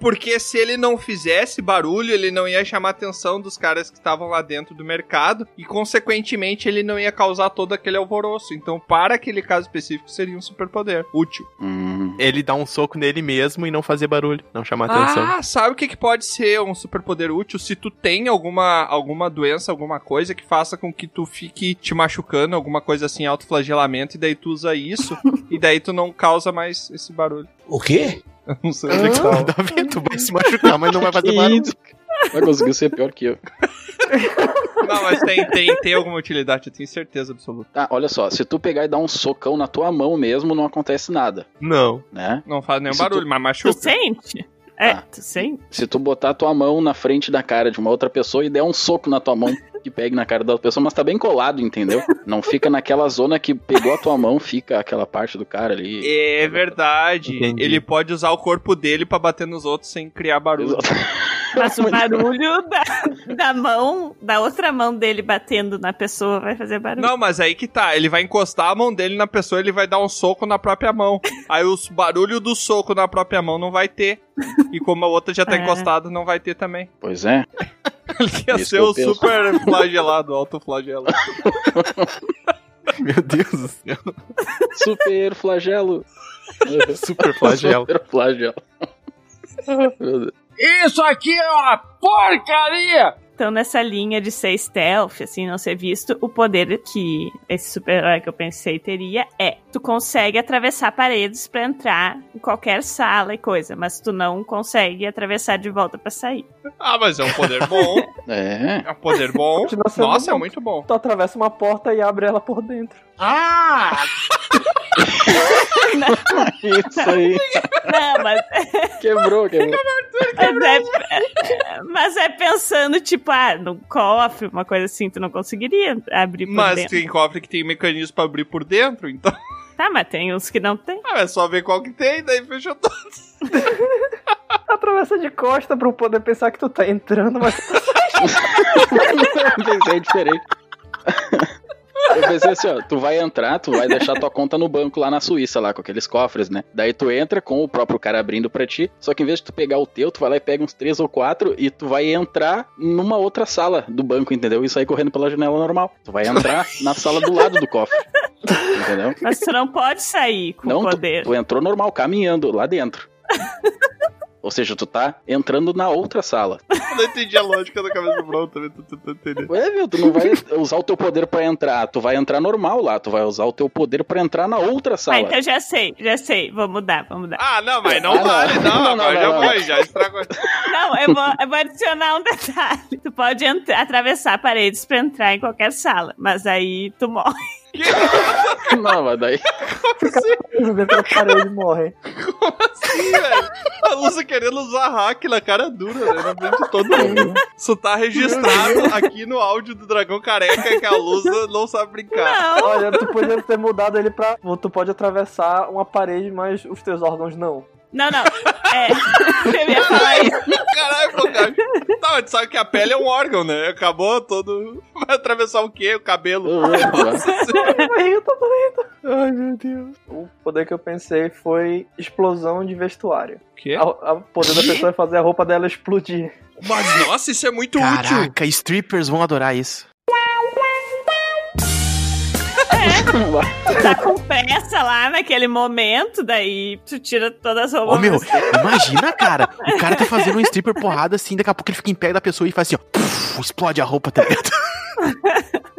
[SPEAKER 5] Porque se ele não fizesse barulho, ele não ia chamar a atenção dos caras que estavam lá dentro do mercado. E, consequentemente, ele não ia causar todo aquele alvoroço. Então, para aquele caso específico, seria um superpoder útil.
[SPEAKER 7] Hum,
[SPEAKER 6] Ele dá um soco nele mesmo e não fazer barulho, não chamar atenção.
[SPEAKER 5] Ah, sabe o que, que pode ser um superpoder útil? Se tu tem alguma, alguma doença, alguma coisa que faça com que tu fique te machucando, alguma coisa assim, autoflagelamento, e daí tu usa isso, e daí tu não causa mais esse barulho.
[SPEAKER 6] O quê?
[SPEAKER 5] Eu não sei onde é que tá.
[SPEAKER 6] Davi, tu vai se machucar, mas não vai fazer barulho.
[SPEAKER 7] Vai conseguir ser pior que eu.
[SPEAKER 5] Não, mas tem, tem, tem alguma utilidade, eu tenho certeza absoluta.
[SPEAKER 7] Tá, olha só, se tu pegar e dar um socão na tua mão mesmo, não acontece nada,
[SPEAKER 6] Não.
[SPEAKER 7] né?
[SPEAKER 5] Não faz nenhum
[SPEAKER 7] Isso
[SPEAKER 5] barulho,
[SPEAKER 7] tu-
[SPEAKER 5] mas machuca.
[SPEAKER 9] Tu sente?
[SPEAKER 5] Ah.
[SPEAKER 9] É, tu sente?
[SPEAKER 7] Se tu botar a tua mão na frente da cara de uma outra pessoa e der um soco na tua mão, que pegue na cara da outra pessoa, mas tá bem colado, entendeu? Não fica naquela zona que pegou a tua mão, fica aquela parte do cara ali.
[SPEAKER 5] É verdade.
[SPEAKER 7] Entendi.
[SPEAKER 5] Ele pode usar o corpo dele pra bater nos outros sem criar barulho.
[SPEAKER 9] Mas o barulho da, da mão, da outra mão dele batendo na pessoa vai fazer barulho.
[SPEAKER 5] Não, mas aí que tá. Ele vai encostar a mão dele na pessoa, ele vai dar um soco na própria mão. Aí o barulho do soco na própria mão não vai ter. E como a outra já tá
[SPEAKER 7] É.
[SPEAKER 5] encostada, não vai ter também.
[SPEAKER 7] Pois é.
[SPEAKER 5] Ele ia
[SPEAKER 7] Isso
[SPEAKER 5] ser
[SPEAKER 7] que eu
[SPEAKER 5] o
[SPEAKER 7] penso.
[SPEAKER 5] super flagelado, autoflagelado.
[SPEAKER 6] Meu Deus do céu.
[SPEAKER 7] Super flagelo.
[SPEAKER 6] Super flagelo.
[SPEAKER 7] Super flagelo. Meu Deus.
[SPEAKER 9] Isso aqui é uma porcaria! Então, nessa linha de ser stealth, assim, não ser visto, o poder que esse super-herói que eu pensei teria é: tu consegue atravessar paredes pra entrar em qualquer sala e coisa, mas tu não consegue atravessar de volta pra sair.
[SPEAKER 5] Ah, mas é um poder bom.
[SPEAKER 7] É.
[SPEAKER 5] É um poder bom.
[SPEAKER 8] Continua sendo
[SPEAKER 5] Nossa, é muito bom.
[SPEAKER 8] Tu atravessa uma porta e abre ela por dentro.
[SPEAKER 5] Ah!
[SPEAKER 7] Isso aí.
[SPEAKER 9] Não, mas. é,
[SPEAKER 7] Quebrou, quebrou.
[SPEAKER 9] Mas é, mas é pensando, tipo, ah, num cofre, uma coisa assim, tu não conseguiria abrir por
[SPEAKER 5] Mas
[SPEAKER 9] dentro.
[SPEAKER 5] tem cofre que tem mecanismo pra abrir por dentro, então.
[SPEAKER 9] Tá, mas tem uns que não tem.
[SPEAKER 5] Ah, é só ver qual que tem, daí fechou tudo.
[SPEAKER 8] Atravessa de costa pra eu poder pensar que tu tá entrando, mas.
[SPEAKER 7] Eu pensei É diferente. Eu pensei assim, ó, tu vai entrar, tu vai deixar tua conta no banco lá na Suíça, lá com aqueles cofres, né? Daí tu entra com o próprio cara abrindo pra ti, só que em vez de tu pegar o teu, tu vai lá e pega uns três ou quatro e tu vai entrar numa outra sala do banco, entendeu? E sair correndo pela janela normal. Tu vai entrar na sala do lado do cofre, entendeu?
[SPEAKER 9] Mas tu não pode sair com
[SPEAKER 7] Não, tu,
[SPEAKER 9] poder.
[SPEAKER 7] tu entrou normal, caminhando lá dentro. Ou seja, tu tá entrando na outra sala.
[SPEAKER 5] Eu não entendi a lógica da cabeça do Bruno também, tô tentando entender.
[SPEAKER 7] Ué, meu, tu não vai usar o teu poder pra entrar, tu vai entrar normal lá, tu vai usar o teu poder pra entrar na outra
[SPEAKER 9] Ah,
[SPEAKER 7] sala.
[SPEAKER 9] então já sei, já sei. Vou mudar, vou mudar.
[SPEAKER 5] Ah, não, mas não
[SPEAKER 7] Ah, não.
[SPEAKER 5] vale, não.
[SPEAKER 7] Não, não,
[SPEAKER 5] agora
[SPEAKER 7] não,
[SPEAKER 5] já
[SPEAKER 7] não.
[SPEAKER 5] foi, já estragou.
[SPEAKER 9] Não, eu vou, eu vou adicionar um detalhe. Tu pode ent- atravessar paredes pra entrar em qualquer sala, mas aí tu morre.
[SPEAKER 7] Não, mas daí.
[SPEAKER 8] Fica dentro da parede e morre.
[SPEAKER 5] Sim, velho. A Lusa querendo usar hack na cara dura, né? Na frente de todo mundo. Isso tá registrado aqui no áudio do Dragão Careca que a Lusa não sabe brincar.
[SPEAKER 8] Olha, tu podia ter mudado ele pra. Tu pode atravessar uma parede, mas os teus órgãos não.
[SPEAKER 9] Não, não. É, eu ia falar isso.
[SPEAKER 5] Caralho, pô, cara. Tá, mas tu sabe que a pele é um órgão, né? Acabou todo. Vai atravessar o quê? O cabelo.
[SPEAKER 8] Barrita, barrita. Ai, meu Deus. O poder que eu pensei foi explosão de vestuário.
[SPEAKER 5] Quê?
[SPEAKER 8] O poder da pessoa é fazer a roupa dela explodir.
[SPEAKER 5] Mas nossa, isso é muito útil.
[SPEAKER 6] Caraca, strippers vão adorar isso.
[SPEAKER 9] Tu tá com peça lá naquele momento, daí tu tira todas as roupas.
[SPEAKER 6] Ô meu, imagina, cara. O cara tá fazendo um stripper porrada assim, daqui a pouco ele fica em pé da pessoa e faz assim, ó. puf, explode a roupa, tá ligado?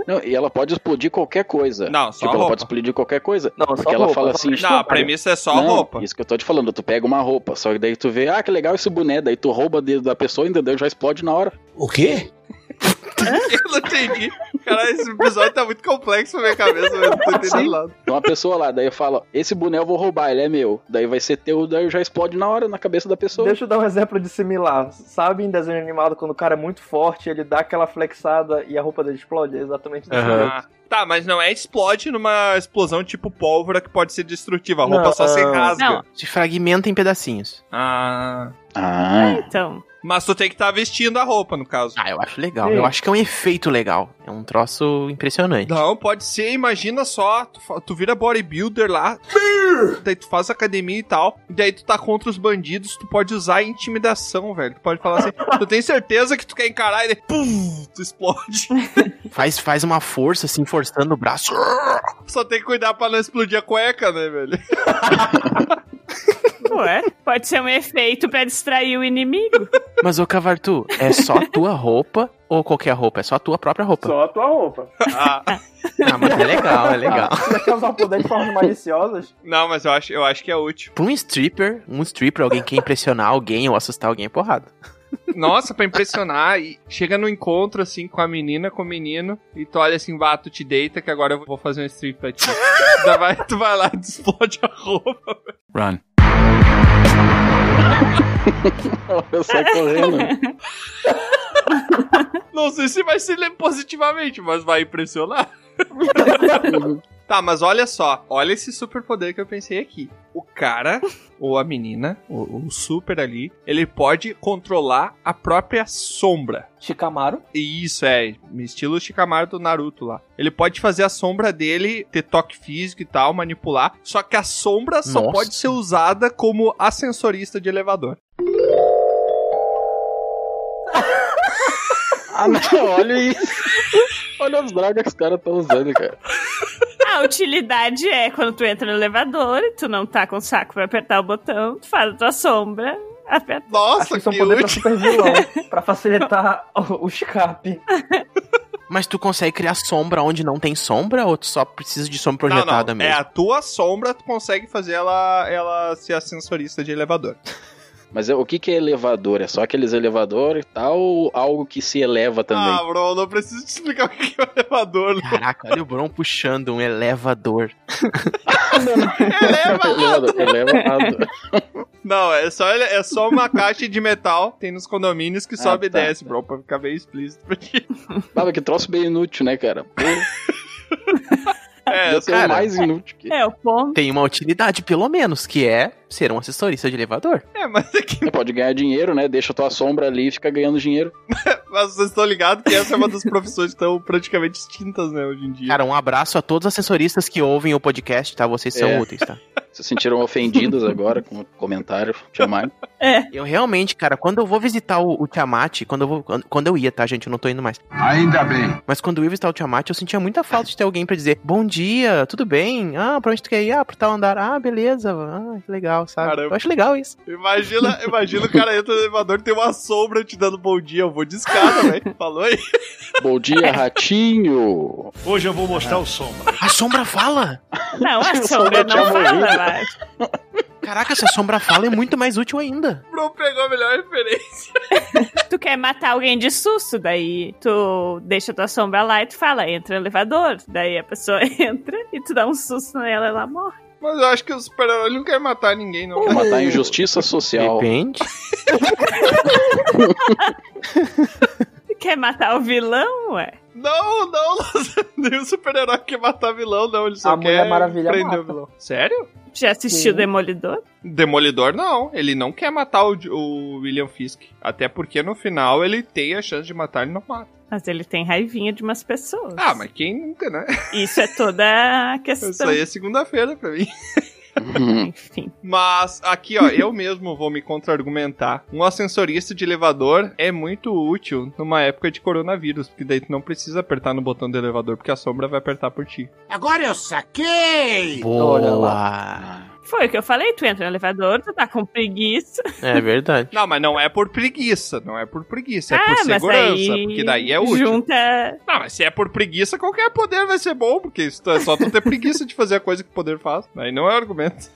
[SPEAKER 7] Não, e ela pode explodir qualquer coisa.
[SPEAKER 5] Não, só
[SPEAKER 7] tipo, ela
[SPEAKER 5] roupa.
[SPEAKER 7] pode explodir qualquer coisa.
[SPEAKER 8] Não,
[SPEAKER 7] porque ela fala assim.
[SPEAKER 5] Não, a premissa é só a
[SPEAKER 7] Não,
[SPEAKER 5] roupa.
[SPEAKER 7] Isso que eu tô te falando, tu pega uma roupa, só que daí tu vê, ah, que legal esse boné, daí tu rouba dedo da pessoa, entendeu? Já explode na hora.
[SPEAKER 11] O quê?
[SPEAKER 5] Eu não entendi. Caralho, esse episódio tá muito complexo pra minha cabeça, mas eu não tô entendendo nada.
[SPEAKER 7] Então a pessoa lá, daí fala, ó, esse boné eu vou roubar, ele é meu. Daí vai ser teu, daí já explode na hora, na cabeça da pessoa.
[SPEAKER 8] Deixa eu dar um exemplo de similar. Sabe em desenho animado quando o cara é muito forte, ele dá aquela flexada e a roupa dele explode? É exatamente desse jeito.
[SPEAKER 5] Ah, tá, mas não é explode numa explosão tipo pólvora que pode ser destrutiva. A roupa só se rasga.
[SPEAKER 6] Se fragmenta em pedacinhos.
[SPEAKER 5] Ah.
[SPEAKER 7] Ah.
[SPEAKER 9] Então.
[SPEAKER 5] Mas tu tem que estar vestindo a roupa, no caso.
[SPEAKER 6] Ah, eu acho legal. Eu acho que é um efeito legal. É um troço impressionante.
[SPEAKER 5] Não, pode ser, imagina só, tu, fa- tu vira bodybuilder lá, daí tu faz academia e tal, e daí tu tá contra os bandidos, tu pode usar a intimidação, velho. Tu pode falar assim, tu tem certeza que tu quer encarar e daí, pum, tu explode.
[SPEAKER 6] Faz, faz uma força, assim, forçando o braço.
[SPEAKER 5] Só tem que cuidar pra não explodir a cueca, né, velho?
[SPEAKER 9] Ué, pode ser um efeito pra distrair o inimigo.
[SPEAKER 6] Mas, ô Cavartu, é só a tua roupa ou qualquer roupa? É só a tua própria roupa.
[SPEAKER 8] Só a tua roupa.
[SPEAKER 6] Ah, mas é legal, é legal.
[SPEAKER 8] Você quer usar o poder de formas maliciosas?
[SPEAKER 5] Não, mas eu acho, eu acho que é útil.
[SPEAKER 6] Pra um stripper, um stripper, alguém que quer impressionar alguém ou assustar alguém é porrada.
[SPEAKER 5] Nossa, pra impressionar. E chega no encontro, assim, com a menina, com o menino, e tu olha assim, bato, te deita, que agora eu vou fazer um strip pra ti. Daí vai, tu vai lá e explode a roupa.
[SPEAKER 6] Run.
[SPEAKER 7] Eu saio correndo.
[SPEAKER 5] Não sei se vai se ler positivamente, mas vai impressionar. tá, mas olha só. Olha esse superpoder que eu pensei aqui. O cara, ou a menina, o, o super ali, ele pode controlar a própria sombra.
[SPEAKER 8] Shikamaru?
[SPEAKER 5] Isso, é. Estilo Shikamaru do Naruto lá. Ele pode fazer a sombra dele ter toque físico e tal, manipular. Só que a sombra só
[SPEAKER 6] Nossa.
[SPEAKER 5] pode ser usada como ascensorista de elevador.
[SPEAKER 7] Ah, não, olha isso. Olha as dragas que os caras estão usando, cara.
[SPEAKER 9] A utilidade é quando tu entra no elevador e tu não tá com o saco pra apertar o botão, tu faz a tua sombra, aperta.
[SPEAKER 5] Nossa,
[SPEAKER 8] Isso é um poder pra super vilão, pra facilitar o, o escape.
[SPEAKER 6] Mas tu consegue criar sombra onde não tem sombra ou tu só precisa de sombra
[SPEAKER 5] Não,
[SPEAKER 6] projetada
[SPEAKER 5] não. É
[SPEAKER 6] mesmo?
[SPEAKER 5] a tua sombra, tu consegue fazer ela, ela ser ascensorista de elevador.
[SPEAKER 7] Mas é- o que, que é elevador? É só aqueles elevadores e tal ou algo que se eleva também?
[SPEAKER 5] Ah, bro, não preciso te explicar o que é o elevador. não.
[SPEAKER 6] Caraca, olha o Bron puxando um elevador.
[SPEAKER 7] elevador. elevador.
[SPEAKER 5] Não, é só, ele- é só uma caixa de metal, tem nos condomínios que
[SPEAKER 7] Ah,
[SPEAKER 5] sobe
[SPEAKER 7] tá,
[SPEAKER 5] e desce, bro, pra ficar bem explícito.
[SPEAKER 7] Ah, mas que troço bem inútil, né, cara? Pô,
[SPEAKER 5] É,
[SPEAKER 7] eu tenho
[SPEAKER 6] cara.
[SPEAKER 7] mais inútil que.
[SPEAKER 9] É, o ponto.
[SPEAKER 6] Tem uma utilidade, pelo menos, que é ser um assessorista de elevador.
[SPEAKER 5] É, mas, é que-
[SPEAKER 7] Você pode ganhar dinheiro, né? Deixa tua sombra ali e fica ganhando dinheiro.
[SPEAKER 5] mas vocês estão ligados que essa é uma das profissões que estão praticamente extintas, né, hoje em dia.
[SPEAKER 6] Cara, um abraço a todos os assessoristas que ouvem o podcast, tá? Vocês são
[SPEAKER 7] É.
[SPEAKER 6] úteis, tá?
[SPEAKER 7] Vocês se sentiram ofendidos agora com o comentário de Amaro?
[SPEAKER 6] Eu realmente, cara, quando eu vou visitar o, o Tiamat, quando eu, vou, quando, quando eu ia, tá, gente? Eu não tô indo mais.
[SPEAKER 10] Ainda bem.
[SPEAKER 6] Mas quando eu ia visitar o Tiamat, eu sentia muita falta de ter alguém pra dizer bom dia, tudo bem? Ah, pra onde tu quer ir? Ah, pro tal andar. Ah, beleza. Ah, que legal, sabe?
[SPEAKER 5] Caramba.
[SPEAKER 6] Eu acho legal isso.
[SPEAKER 5] Imagina, imagina o cara entra no elevador e tem uma sombra te dando bom dia, eu vou de escada, velho. Falou aí?
[SPEAKER 7] Bom dia, ratinho!
[SPEAKER 11] Hoje eu vou mostrar o sombra.
[SPEAKER 6] A sombra fala!
[SPEAKER 9] Não, a sombra
[SPEAKER 7] sombra
[SPEAKER 9] não
[SPEAKER 7] tinha
[SPEAKER 9] fala,
[SPEAKER 7] morrido.
[SPEAKER 9] eu acho.
[SPEAKER 6] Caraca, se a sombra fala é muito mais útil ainda.
[SPEAKER 5] Bro, pegou a melhor referência.
[SPEAKER 9] Tu quer matar alguém de susto, daí tu deixa tua sombra lá e tu fala, entra no elevador. Daí a pessoa entra e tu dá um susto nela e ela morre.
[SPEAKER 5] Mas eu acho que o super-herói não quer matar ninguém, não.
[SPEAKER 7] Quer matar a injustiça social.
[SPEAKER 6] Depende.
[SPEAKER 9] Tu quer matar o vilão, ué?
[SPEAKER 5] Não, não, nenhum super-herói quer matar vilão, não. Ele só
[SPEAKER 8] A
[SPEAKER 5] quer
[SPEAKER 8] Mulher Maravilha
[SPEAKER 5] prender
[SPEAKER 8] mata.
[SPEAKER 5] o vilão. Sério?
[SPEAKER 9] Já assistiu
[SPEAKER 8] Sim.
[SPEAKER 9] Demolidor?
[SPEAKER 5] Demolidor, não. Ele não quer matar o, o William Fisk. Até porque no final ele tem a chance de matar, ele não mata.
[SPEAKER 9] Mas ele tem raivinha de umas pessoas.
[SPEAKER 5] Ah, mas quem nunca, né?
[SPEAKER 9] Isso é toda a
[SPEAKER 5] Isso
[SPEAKER 9] questão.
[SPEAKER 5] aí um é segunda-feira pra mim.
[SPEAKER 9] Enfim.
[SPEAKER 5] Mas aqui, ó, eu mesmo vou me contra-argumentar. Um ascensorista de elevador é muito útil numa época de coronavírus, porque daí tu não precisa apertar no botão do elevador, porque a sombra vai apertar por ti.
[SPEAKER 11] Agora eu saquei!
[SPEAKER 8] Olha
[SPEAKER 6] Boa!
[SPEAKER 9] Foi o que eu falei, tu entra no elevador, tu tá com preguiça.
[SPEAKER 6] É verdade.
[SPEAKER 5] Não, mas não é por preguiça, não é por preguiça, é
[SPEAKER 9] ah,
[SPEAKER 5] por
[SPEAKER 9] mas
[SPEAKER 5] segurança,
[SPEAKER 9] aí...
[SPEAKER 5] porque daí é útil.
[SPEAKER 9] Junta...
[SPEAKER 5] Não, mas se é por preguiça, qualquer poder vai ser bom, porque isso é só tu ter preguiça de fazer a coisa que o poder faz. Aí não é argumento.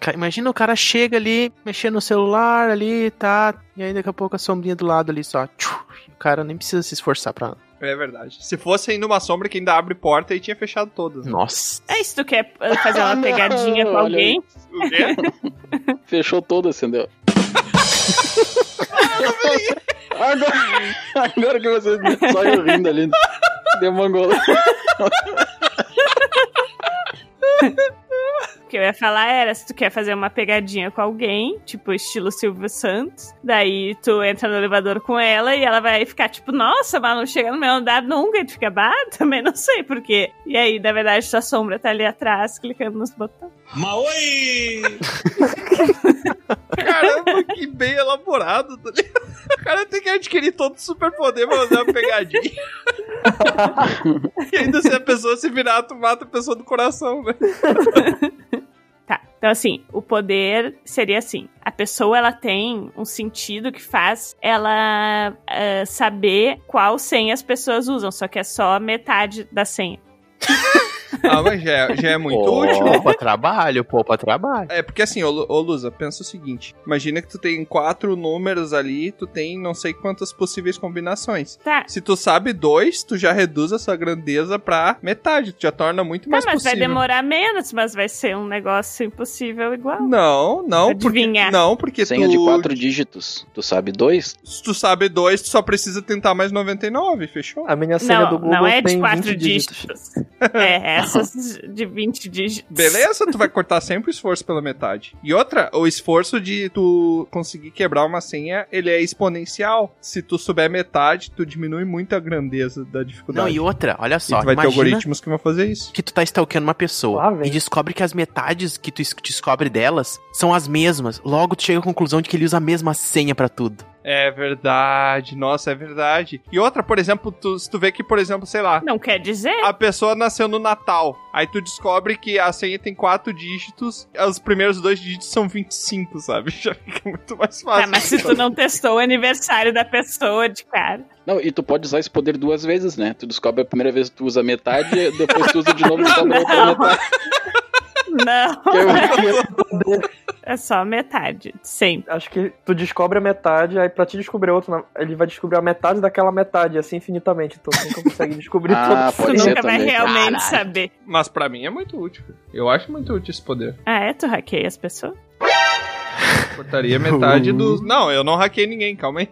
[SPEAKER 6] Ca- Imagina o cara chega ali, mexendo no celular ali, tá? E aí daqui a pouco a sombrinha do lado ali só. tchu, o cara nem precisa se esforçar pra.
[SPEAKER 5] É verdade. Se fosse ainda uma sombra que ainda abre porta, aí tinha fechado todas.
[SPEAKER 6] Nossa!
[SPEAKER 9] É isso, tu quer eh, fazer uma
[SPEAKER 7] Não,
[SPEAKER 9] pegadinha com
[SPEAKER 7] olha
[SPEAKER 9] alguém?
[SPEAKER 5] O quê?
[SPEAKER 7] Fechou todo, acendeu. agora, agora que você só eu rindo ali. Demangolou.
[SPEAKER 9] O que eu ia falar era, se tu quer fazer uma pegadinha com alguém, tipo estilo Silvio Santos, daí tu entra no elevador com ela e ela vai ficar tipo, nossa, mas não chega no meu andar nunca, e tu fica, bah, também não sei por quê. E aí, na verdade, sua sombra tá ali atrás, clicando nos botões.
[SPEAKER 11] Maoi!
[SPEAKER 5] Caramba, que bem elaborado. Tá ligado? o cara tem que adquirir todo o superpoder pra fazer uma pegadinha. e ainda se a pessoa se virar, tu mata a pessoa do coração, né?
[SPEAKER 9] Tá. Então, assim, o poder seria assim: a pessoa ela tem um sentido que faz ela eh, saber qual senha as pessoas usam, só que é só metade da senha.
[SPEAKER 5] Ah, mas já é, já é muito útil.
[SPEAKER 6] Poupa trabalho, poupa trabalho.
[SPEAKER 5] É, porque assim, ô, Lu- ô Lusa, pensa o seguinte: imagina que tu tem quatro números ali, tu tem não sei quantas possíveis combinações.
[SPEAKER 9] Tá.
[SPEAKER 5] Se tu sabe dois, tu já reduz a sua grandeza pra metade, tu já torna muito
[SPEAKER 9] Tá,
[SPEAKER 5] mais
[SPEAKER 9] mas vai
[SPEAKER 5] possível.
[SPEAKER 9] demorar menos, mas vai ser um negócio impossível igual.
[SPEAKER 5] Não, não, porque,
[SPEAKER 9] Adivinhar.
[SPEAKER 5] não, porque
[SPEAKER 7] Senha
[SPEAKER 5] tu,
[SPEAKER 7] de quatro dígitos. Tu sabe dois?
[SPEAKER 5] se tu sabe dois, tu só precisa tentar mais 99, fechou?
[SPEAKER 8] A minha
[SPEAKER 9] Não, não é de quatro dígitos. É, essas de 20 dígitos.
[SPEAKER 5] Beleza, tu vai cortar sempre o esforço pela metade. E outra, o esforço de tu conseguir quebrar uma senha, ele é exponencial. Se tu souber metade, tu diminui muito a grandeza da dificuldade.
[SPEAKER 6] Não, e outra, olha só,
[SPEAKER 5] E tu vai ter
[SPEAKER 6] imagina-
[SPEAKER 5] algoritmos que vão fazer isso.
[SPEAKER 6] Que tu tá stalkeando uma pessoa e descobre que as metades que tu es- descobre delas são as mesmas. Logo tu chega à conclusão de que ele usa a mesma senha pra tudo.
[SPEAKER 5] É verdade, nossa, é verdade. E outra, por exemplo, tu, se tu vê que, por exemplo, sei lá.
[SPEAKER 9] Não quer dizer?
[SPEAKER 5] A pessoa nasceu no Natal. Aí tu descobre que a senha tem quatro dígitos, os primeiros dois dígitos são 25, sabe? Já fica muito mais Ah, fácil.
[SPEAKER 9] Tá, mas se tu não testou o aniversário da pessoa de cara.
[SPEAKER 7] Não, e tu pode usar esse poder duas vezes, né? Tu descobre a primeira vez que tu usa metade, depois tu usa de novo e descobre a outra
[SPEAKER 9] Não.
[SPEAKER 7] metade.
[SPEAKER 9] Não.
[SPEAKER 7] é.
[SPEAKER 9] É só metade, sempre.
[SPEAKER 8] Acho que tu descobre a metade, aí pra te descobrir outro, na- ele vai descobrir a metade daquela metade, assim infinitamente. Então tu nunca consegue descobrir
[SPEAKER 5] Ah,
[SPEAKER 8] todos.
[SPEAKER 5] pode
[SPEAKER 9] tu
[SPEAKER 5] ser
[SPEAKER 9] nunca vai
[SPEAKER 5] também.
[SPEAKER 9] realmente
[SPEAKER 5] Caralho.
[SPEAKER 9] saber.
[SPEAKER 5] Mas pra mim é muito útil. Eu acho muito útil esse poder.
[SPEAKER 9] Ah, é? Tu hackeia as pessoas?
[SPEAKER 5] Cortaria metade dos. Não, eu não hackei ninguém, calma aí.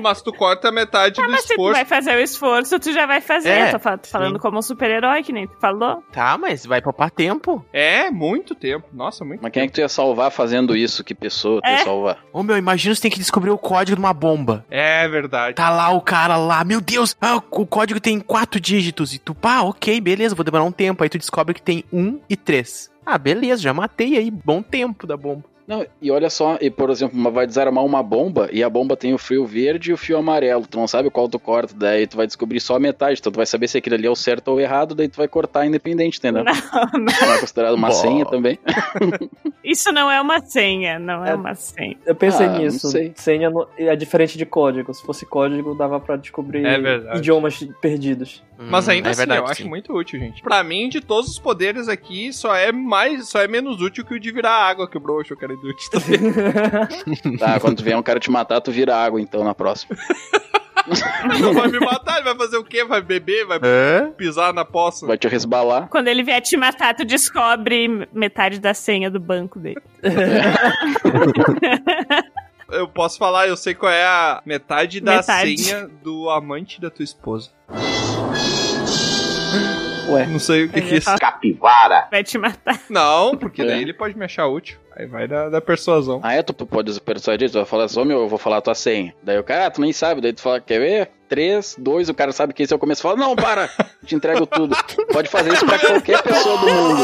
[SPEAKER 5] Mas tu corta metade
[SPEAKER 9] Ah,
[SPEAKER 5] do
[SPEAKER 9] É, mas se tu
[SPEAKER 5] esforço.
[SPEAKER 9] vai fazer o esforço, tu já vai fazer.
[SPEAKER 5] É,
[SPEAKER 9] Eu tô fal- falando como um super-herói, que nem tu falou.
[SPEAKER 6] Tá, mas vai poupar tempo.
[SPEAKER 5] É, muito tempo. Nossa, muito
[SPEAKER 7] Mas quem é que tu ia salvar fazendo isso? Que pessoa tu ia
[SPEAKER 6] É.
[SPEAKER 7] salvar?
[SPEAKER 6] Ô meu, imagina você tem que descobrir o código de uma bomba.
[SPEAKER 5] É verdade.
[SPEAKER 6] Tá lá o cara lá, meu Deus, ah, o código tem quatro dígitos. E tu, pá, ok, beleza, vou demorar um tempo. Aí tu descobre que tem um e três. Ah, beleza, já matei aí, bom tempo da bomba.
[SPEAKER 7] Não, e olha só, e por exemplo, uma- vai desarmar uma bomba e a bomba tem o fio verde e o fio amarelo. Tu não sabe qual tu corta, daí tu vai descobrir só a metade. Então tu vai saber se aquilo ali é o certo ou o errado, daí tu vai cortar independente, entendeu?
[SPEAKER 9] Não, não.
[SPEAKER 7] Não é considerado uma
[SPEAKER 9] Bom.
[SPEAKER 7] senha também.
[SPEAKER 9] Isso não é uma senha, não é uma senha.
[SPEAKER 8] Eu pensei
[SPEAKER 9] Ah,
[SPEAKER 8] nisso.
[SPEAKER 9] não sei.
[SPEAKER 8] Senha no- é diferente de código. Se fosse código, dava pra descobrir
[SPEAKER 5] É verdade.
[SPEAKER 8] idiomas perdidos.
[SPEAKER 6] Hum,
[SPEAKER 5] Mas ainda
[SPEAKER 6] É
[SPEAKER 5] assim, eu acho muito útil, gente. Pra mim, de todos os poderes aqui, só é mais, só é menos útil que o de virar água, que o bro achou que era inútil também.
[SPEAKER 7] Tá, quando tu vier um cara te matar, tu vira água então na próxima.
[SPEAKER 5] Não vai me matar, ele vai fazer o quê? Vai beber? Vai
[SPEAKER 7] É?
[SPEAKER 5] pisar na poça?
[SPEAKER 7] Vai te resbalar.
[SPEAKER 9] Quando ele vier te matar, tu descobre metade da senha do banco dele.
[SPEAKER 5] Eu posso falar, eu sei qual é a metade da
[SPEAKER 9] Metade.
[SPEAKER 5] senha do amante da tua esposa.
[SPEAKER 8] Ué.
[SPEAKER 5] Não sei o que,
[SPEAKER 9] Ele
[SPEAKER 5] que é isso.
[SPEAKER 9] fala-
[SPEAKER 5] Capivara.
[SPEAKER 9] Vai te matar.
[SPEAKER 5] Não, porque daí
[SPEAKER 7] É.
[SPEAKER 5] ele pode me achar útil. Aí vai da, da persuasão.
[SPEAKER 7] Ah, é? Tu pode persuadir, tu vai falar assim, ô meu, eu vou falar a tua senha. Daí o cara, ah, tu nem sabe, daí tu fala, quer ver? Três, dois, o cara sabe que esse é o começo. Fala, não, para, te entrego tudo. Pode fazer isso pra qualquer pessoa do mundo.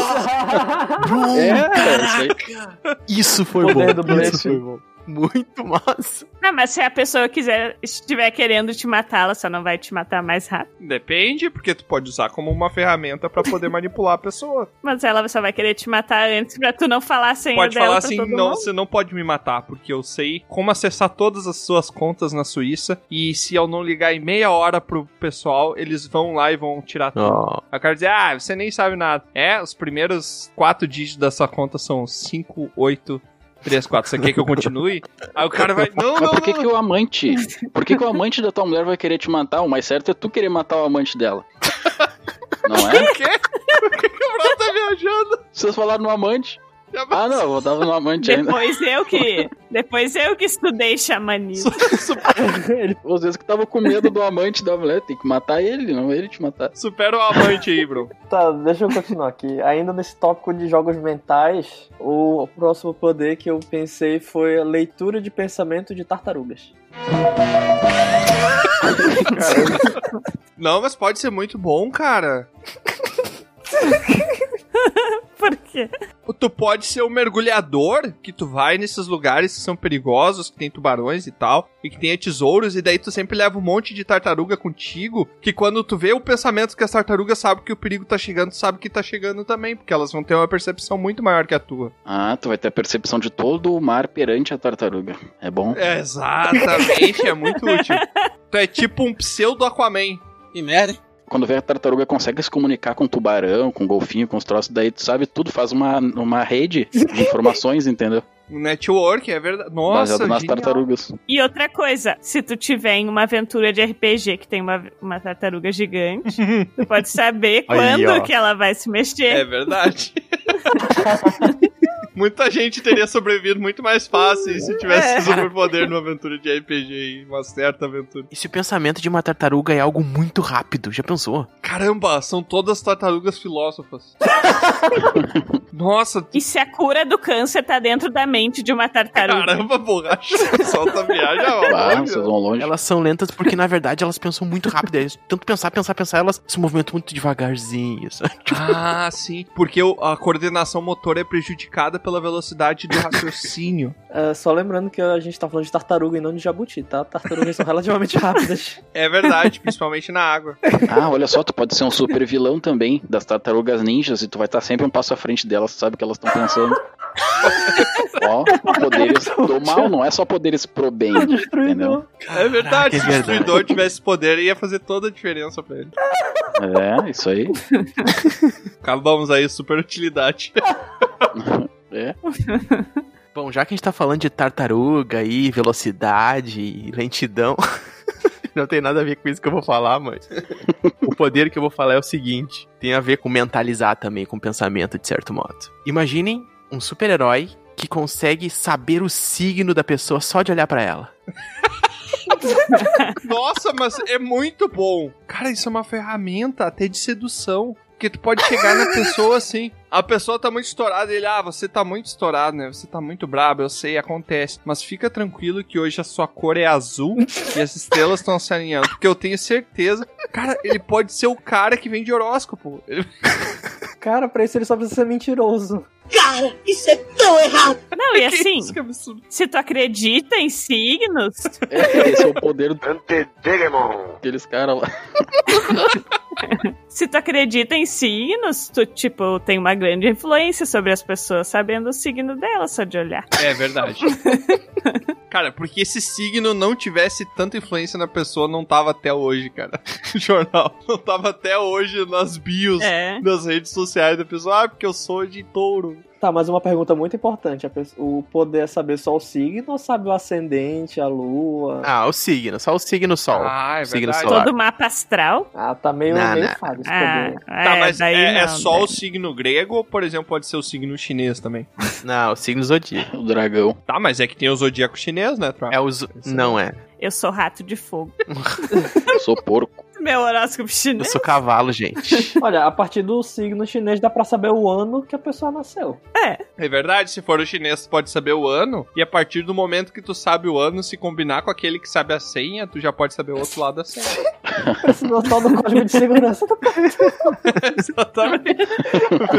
[SPEAKER 7] É, cara, isso aí.
[SPEAKER 6] Isso foi
[SPEAKER 7] Poder
[SPEAKER 6] bom.
[SPEAKER 7] do
[SPEAKER 6] isso
[SPEAKER 7] Blast.
[SPEAKER 6] foi bom. Muito massa.
[SPEAKER 9] Não, mas se a pessoa quiser, estiver querendo te matar, ela só não vai te matar mais rápido.
[SPEAKER 5] Depende, porque tu pode usar como uma ferramenta pra poder manipular a pessoa.
[SPEAKER 9] Mas ela só vai querer te matar antes pra tu não falar a senha
[SPEAKER 5] pode
[SPEAKER 9] dela
[SPEAKER 5] falar
[SPEAKER 9] pra
[SPEAKER 5] assim,
[SPEAKER 9] todo
[SPEAKER 5] não,
[SPEAKER 9] mundo.
[SPEAKER 5] você não pode me matar, porque eu sei como acessar todas as suas contas na Suíça e se eu não ligar em meia hora pro pessoal, eles vão lá e vão tirar tudo.
[SPEAKER 6] Ó.
[SPEAKER 5] Aí o cara diz, ah, você nem sabe nada. É, os primeiros quatro dígitos da sua conta são 5, 8, 3, 4. Você quer que eu continue? Aí o cara vai, não,
[SPEAKER 7] Mas
[SPEAKER 5] não,
[SPEAKER 7] por que,
[SPEAKER 5] não.
[SPEAKER 7] que o amante? Por que, que o amante da tua mulher vai querer te matar? O mais certo é tu querer matar o amante dela. Não é?
[SPEAKER 5] Por quê? Por que, que o Bruno tá viajando?
[SPEAKER 7] Vocês falaram no amante? Ah, não, eu vou dar no amante ainda.
[SPEAKER 9] Depois eu que. Depois eu que estudei xamanismo.
[SPEAKER 7] Vocês que estavam com medo do amante da mulher, tem que matar ele, não ele te matar.
[SPEAKER 5] Supera o amante aí, bro.
[SPEAKER 8] Tá, deixa eu continuar aqui. Ainda nesse tópico de jogos mentais, o próximo poder que eu pensei foi a leitura de pensamento de tartarugas.
[SPEAKER 5] Não, mas pode ser muito bom, cara.
[SPEAKER 9] Por quê?
[SPEAKER 5] Tu pode ser um mergulhador que tu vai nesses lugares que são perigosos, que tem tubarões e tal, e que tem tesouros, e daí tu sempre leva um monte de tartaruga contigo, que quando tu vê o pensamento que as tartarugas sabem que o perigo tá chegando, tu sabe que tá chegando também, porque elas vão ter uma percepção muito maior que a tua.
[SPEAKER 7] Ah, tu vai ter a percepção de todo o mar perante a tartaruga. É bom?
[SPEAKER 5] É, Então, exatamente, é muito útil. Tu é tipo um pseudo Aquaman.
[SPEAKER 12] Que merda.
[SPEAKER 7] Quando vê a tartaruga consegue se comunicar com o tubarão, com o golfinho, com os troços, daí tu sabe tudo, faz uma, uma rede de informações, entendeu?
[SPEAKER 5] Um network, é verdade. Nossa,
[SPEAKER 7] Baseado nas
[SPEAKER 5] genial.
[SPEAKER 7] tartarugas.
[SPEAKER 9] E outra coisa, se tu tiver em uma aventura de RPG que tem uma, uma tartaruga gigante, tu pode saber
[SPEAKER 5] Aí,
[SPEAKER 9] quando
[SPEAKER 5] ó.
[SPEAKER 9] que ela vai se mexer.
[SPEAKER 5] É verdade. Muita gente teria sobrevivido muito mais fácil se tivesse
[SPEAKER 9] É.
[SPEAKER 5] superpoder numa aventura de RPG e uma certa aventura.
[SPEAKER 6] E se o pensamento de uma tartaruga é algo muito rápido, já pensou?
[SPEAKER 5] Caramba, são todas tartarugas filósofas. Nossa.
[SPEAKER 9] E se a cura do câncer tá dentro da mente de uma tartaruga?
[SPEAKER 5] Caramba, borracha. Solta a viagem, ó.
[SPEAKER 6] Elas são lentas porque, na verdade, elas pensam muito rápido. Elas, tanto pensar, pensar, pensar, elas se movimentam muito devagarzinho. sabe?
[SPEAKER 5] Ah, sim. Porque o- a coordenação motora é prejudicada pela velocidade do raciocínio.
[SPEAKER 8] É, só lembrando que a gente tá falando de tartaruga e não de jabuti, tá? Tartarugas são relativamente rápidas.
[SPEAKER 5] É verdade, principalmente na água. É
[SPEAKER 7] Ah, olha só, tu pode ser um super vilão também das tartarugas ninjas e tu vai estar sempre um passo à frente delas, tu sabe o que elas estão pensando. Ó, poderes do mal, não é só poderes pro bem, entendeu?
[SPEAKER 5] É verdade,
[SPEAKER 7] é
[SPEAKER 5] se o
[SPEAKER 7] verdade.
[SPEAKER 5] destruidor tivesse poder, ia fazer toda a diferença pra ele.
[SPEAKER 7] É, isso aí.
[SPEAKER 5] Acabamos aí, super utilidade.
[SPEAKER 7] É.
[SPEAKER 6] Bom, já que a gente tá falando de tartaruga e velocidade e lentidão, não tem nada a ver com isso que eu vou falar, mas o poder que eu vou falar é o seguinte: tem a ver com mentalizar também, com pensamento, de certo modo. Imaginem um super-herói que consegue saber o signo da pessoa só de olhar pra ela.
[SPEAKER 5] Nossa, mas é muito bom. Cara, isso é uma ferramenta até de sedução. Porque tu pode chegar na pessoa assim. A pessoa tá muito estourada, ele, ah, você tá muito estourado, né? Você tá muito brabo, eu sei, acontece. Mas fica tranquilo que hoje a sua cor é azul e as estrelas estão se alinhando. Porque eu tenho certeza. Cara, ele pode ser o cara que vende horóscopo. Ele-
[SPEAKER 8] Cara, pra isso ele só precisa ser mentiroso.
[SPEAKER 3] Cara, isso é tão errado.
[SPEAKER 9] Não, e assim,
[SPEAKER 5] é
[SPEAKER 3] Que absurdo.
[SPEAKER 9] se tu acredita em signos,
[SPEAKER 7] Esse é o poder do Aqueles caras lá.
[SPEAKER 9] se tu acredita em signos, tu, tipo, tem uma grande influência sobre as pessoas, sabendo o signo dela só de olhar.
[SPEAKER 5] É verdade. Cara, porque esse signo não tivesse tanta influência na pessoa, não tava até hoje, cara. Jornal. Não tava até hoje nas bios,
[SPEAKER 9] É.
[SPEAKER 5] nas redes sociais da pessoa. Ah, porque eu sou de touro.
[SPEAKER 8] Tá, mas uma pergunta muito importante. a pessoa- o poder é saber só o signo ou sabe o ascendente, a lua?
[SPEAKER 6] Ah, o signo, só o signo sol.
[SPEAKER 5] Ah,
[SPEAKER 6] o signo solar.
[SPEAKER 9] Todo mapa astral.
[SPEAKER 8] Ah, tá meio,
[SPEAKER 6] Não, meio não.
[SPEAKER 8] fado
[SPEAKER 5] esse
[SPEAKER 9] ah, é,
[SPEAKER 5] tá, mas
[SPEAKER 9] daí
[SPEAKER 5] é, é
[SPEAKER 9] não, né?
[SPEAKER 5] só
[SPEAKER 9] daí-
[SPEAKER 5] o signo grego ou, por exemplo, pode ser o signo chinês também?
[SPEAKER 6] Não, o signo zodíaco.
[SPEAKER 7] O dragão.
[SPEAKER 5] Tá, mas é que tem o zodíaco chinês, né, Tra?
[SPEAKER 6] É o Não é.
[SPEAKER 9] Eu sou rato de fogo.
[SPEAKER 7] Eu sou porco.
[SPEAKER 9] Meu horóscopo
[SPEAKER 6] Eu
[SPEAKER 9] chinês.
[SPEAKER 6] sou cavalo, gente.
[SPEAKER 8] Olha, a partir do signo chinês dá pra saber o ano que a pessoa nasceu.
[SPEAKER 5] É verdade, se for o chinês, tu pode saber o ano. E a partir do momento que tu sabe o ano, se combinar com aquele que sabe a senha, tu já pode saber o outro lado da senha.
[SPEAKER 8] Precisou só do código de né? segurança.
[SPEAKER 5] Exatamente.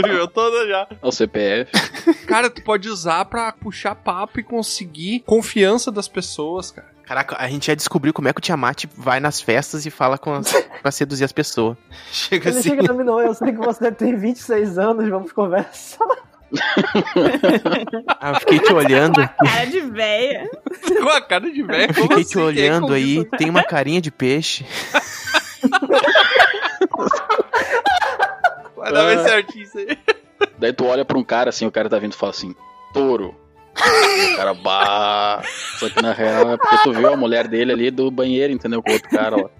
[SPEAKER 5] Eu toda já.
[SPEAKER 7] É o CPF.
[SPEAKER 5] Cara, tu pode usar pra puxar papo e conseguir confiança das pessoas, cara.
[SPEAKER 6] Caraca, a gente já descobriu como é que o Tiamat vai nas festas e fala com as, pra seduzir as pessoas. Chega
[SPEAKER 8] Ele
[SPEAKER 7] assim.
[SPEAKER 8] chega na mina, "Oi, eu sei que você tem 26 anos, vamos conversar.
[SPEAKER 6] Ah, eu fiquei te olhando.
[SPEAKER 9] Cara de véia.
[SPEAKER 5] Com a cara de velho. assim?
[SPEAKER 6] Eu fiquei te olhando aí, tem uma carinha de peixe.
[SPEAKER 5] Vai dar bem certinho isso aí.
[SPEAKER 7] Daí tu olha pra um cara assim, o cara tá vindo e fala assim, touro. Aí O cara, bah. Só que na real é porque tu viu a mulher dele ali do banheiro, entendeu? Com o outro cara lá.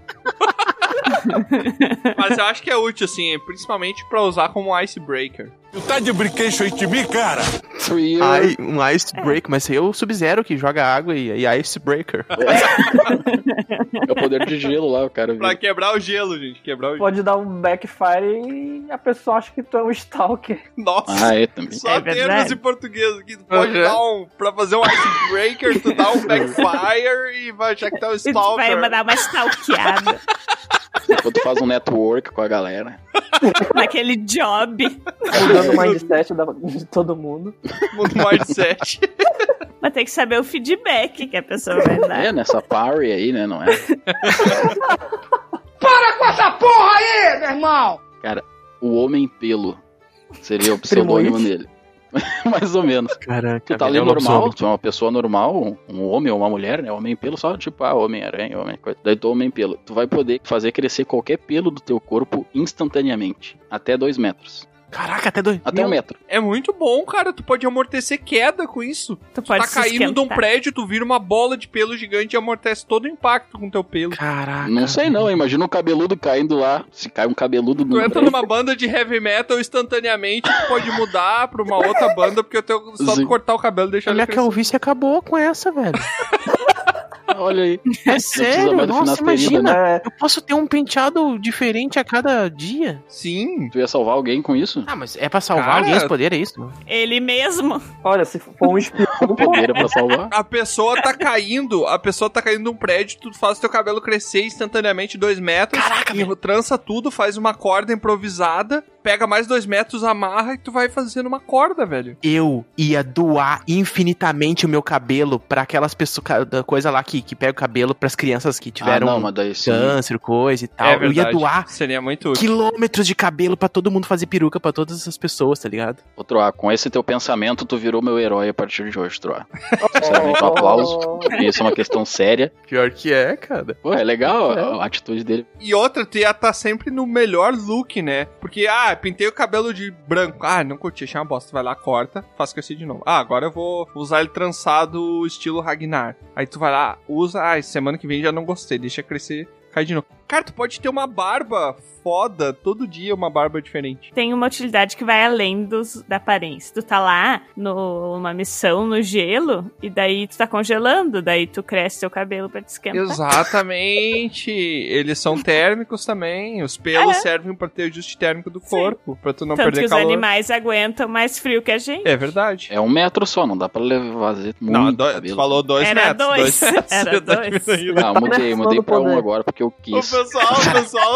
[SPEAKER 5] Mas eu acho que é útil, assim, principalmente pra usar como icebreaker.
[SPEAKER 11] Tu tá de brinquedo em mim, cara?
[SPEAKER 6] Ai,
[SPEAKER 7] É.
[SPEAKER 6] um icebreaker, mas isso aí é o Sub-Zero que joga água e, e icebreaker.
[SPEAKER 7] É o poder de gelo lá, o cara viu.
[SPEAKER 5] Pra quebrar o gelo, gente. Quebrar o gelo.
[SPEAKER 8] Pode dar um backfire e a pessoa acha que tu é um stalker.
[SPEAKER 5] Nossa.
[SPEAKER 7] Ah, é também.
[SPEAKER 5] Só termos em português aqui. Tu pode
[SPEAKER 7] Uhum.
[SPEAKER 5] dar um. Pra fazer um icebreaker, tu dá um backfire e vai achar que tá um
[SPEAKER 9] Ele vai
[SPEAKER 5] stalker.
[SPEAKER 9] mandar uma stalkeada
[SPEAKER 7] Depois tu faz um network com a galera.
[SPEAKER 9] naquele job.
[SPEAKER 8] Mudando o mindset da- de todo mundo.
[SPEAKER 5] Mundo mindset.
[SPEAKER 9] Mas tem que saber o feedback que a pessoa vai dar.
[SPEAKER 7] É, nessa party aí, né? Não é?
[SPEAKER 3] Para com essa porra aí, meu irmão.
[SPEAKER 7] Cara, o Homem Pelo seria o pseudônimo dele. Mais ou menos.
[SPEAKER 6] Caraca,
[SPEAKER 7] Tu tá ali
[SPEAKER 6] melhor
[SPEAKER 7] normal,
[SPEAKER 6] lobisomem.
[SPEAKER 7] tu é uma pessoa normal, um homem ou uma mulher, né? Homem pelo, só tipo, ah, Homem-Aranha, homem coisa. Daí tu é homem pelo. Tu vai poder fazer crescer qualquer pelo do teu corpo instantaneamente. Até dois metros.
[SPEAKER 6] Caraca, até dois.
[SPEAKER 7] Até um metro.
[SPEAKER 5] É muito bom, cara. Tu pode amortecer queda com isso. tá
[SPEAKER 9] Tu pode se
[SPEAKER 5] caindo de um
[SPEAKER 9] esquentar.
[SPEAKER 5] prédio, tu vira uma bola de pelo gigante e amortece todo o impacto com teu pelo.
[SPEAKER 6] Caraca.
[SPEAKER 7] Não sei não, imagina um cabeludo caindo lá. Se cai um cabeludo
[SPEAKER 5] Tu
[SPEAKER 7] no
[SPEAKER 5] entra
[SPEAKER 7] prédio,
[SPEAKER 5] numa banda de heavy metal instantaneamente, tu pode mudar pra uma outra banda, porque eu tenho só
[SPEAKER 7] Sim.
[SPEAKER 5] tu cortar o cabelo e deixar
[SPEAKER 6] Olha
[SPEAKER 5] ele
[SPEAKER 6] que eu
[SPEAKER 5] crescer.
[SPEAKER 6] vi, você acabou com essa, velho.
[SPEAKER 7] Olha aí.
[SPEAKER 6] É
[SPEAKER 7] precisa
[SPEAKER 6] sério?
[SPEAKER 7] mais afinar
[SPEAKER 6] Nossa,
[SPEAKER 7] as feridas,
[SPEAKER 6] imagina.
[SPEAKER 7] né?
[SPEAKER 8] É,
[SPEAKER 6] Eu posso ter um penteado diferente a cada dia.
[SPEAKER 5] Sim.
[SPEAKER 7] Tu ia salvar alguém com isso?
[SPEAKER 6] Ah, mas é pra salvar
[SPEAKER 7] Cara,
[SPEAKER 6] alguém esse poder, é isso?
[SPEAKER 9] Ele mesmo.
[SPEAKER 8] Olha, se for um espião.
[SPEAKER 7] Poder é pra salvar?
[SPEAKER 5] A pessoa tá caindo, a pessoa tá caindo de um prédio, tu faz teu cabelo crescer instantaneamente dois metros, e trança tudo, faz uma corda improvisada, pega mais dois metros, amarra e tu vai fazendo uma corda, velho.
[SPEAKER 6] Eu ia doar infinitamente o meu cabelo pra aquelas pessoas, ca- da coisa lá que, que pega o cabelo pras crianças que tiveram
[SPEAKER 7] Ah,
[SPEAKER 5] um
[SPEAKER 7] não, mas daí sim.
[SPEAKER 6] câncer, coisa e tal.
[SPEAKER 5] É
[SPEAKER 6] Ah, eu ia
[SPEAKER 5] verdade.
[SPEAKER 6] doar
[SPEAKER 5] Seria muito útil.
[SPEAKER 6] quilômetros de cabelo pra todo mundo fazer peruca pra todas essas pessoas, tá ligado?
[SPEAKER 7] Ô, Troá, ah, com esse teu pensamento, tu virou meu herói a partir de hoje, Troá. Sinceramente, um aplauso. porque Isso é uma questão séria.
[SPEAKER 6] Pior que é, cara.
[SPEAKER 7] Pô, é legal a- a atitude dele.
[SPEAKER 5] E outra, tu ia tá sempre no melhor look, né? Porque, ah, pintei o cabelo de branco. Ah, não curti, achei uma bosta. Vai lá, corta, faz crescer de novo. Ah, agora eu vou usar ele trançado estilo Ragnar. Aí tu vai lá, usa. Ah, semana que vem já não gostei, deixa crescer, cai de novo. Cara, tu pode ter uma barba foda todo dia, uma barba diferente.
[SPEAKER 9] Tem uma utilidade que vai além dos, da aparência. Tu tá lá no- numa missão no gelo, e daí tu tá congelando, daí tu cresce teu cabelo pra é te esquentar.
[SPEAKER 5] Exatamente. Eles são térmicos também. Os pelos servem pra ter o ajuste térmico do corpo, pra tu não
[SPEAKER 9] Tanto que
[SPEAKER 5] perder
[SPEAKER 9] os
[SPEAKER 5] calor.
[SPEAKER 9] animais aguentam mais frio que a gente.
[SPEAKER 5] É verdade.
[SPEAKER 7] É um metro só, não dá pra levar fazer muito
[SPEAKER 5] Não, dois- tu
[SPEAKER 7] cabelo.
[SPEAKER 5] falou dois
[SPEAKER 9] Era
[SPEAKER 5] metros.
[SPEAKER 9] dois.
[SPEAKER 5] metros.
[SPEAKER 9] Era
[SPEAKER 5] Eu tô
[SPEAKER 9] dois.
[SPEAKER 5] diminuindo.
[SPEAKER 7] Ah, mudei, mudei pra um agora porque eu
[SPEAKER 5] O
[SPEAKER 7] quis.
[SPEAKER 5] pessoal, o pessoal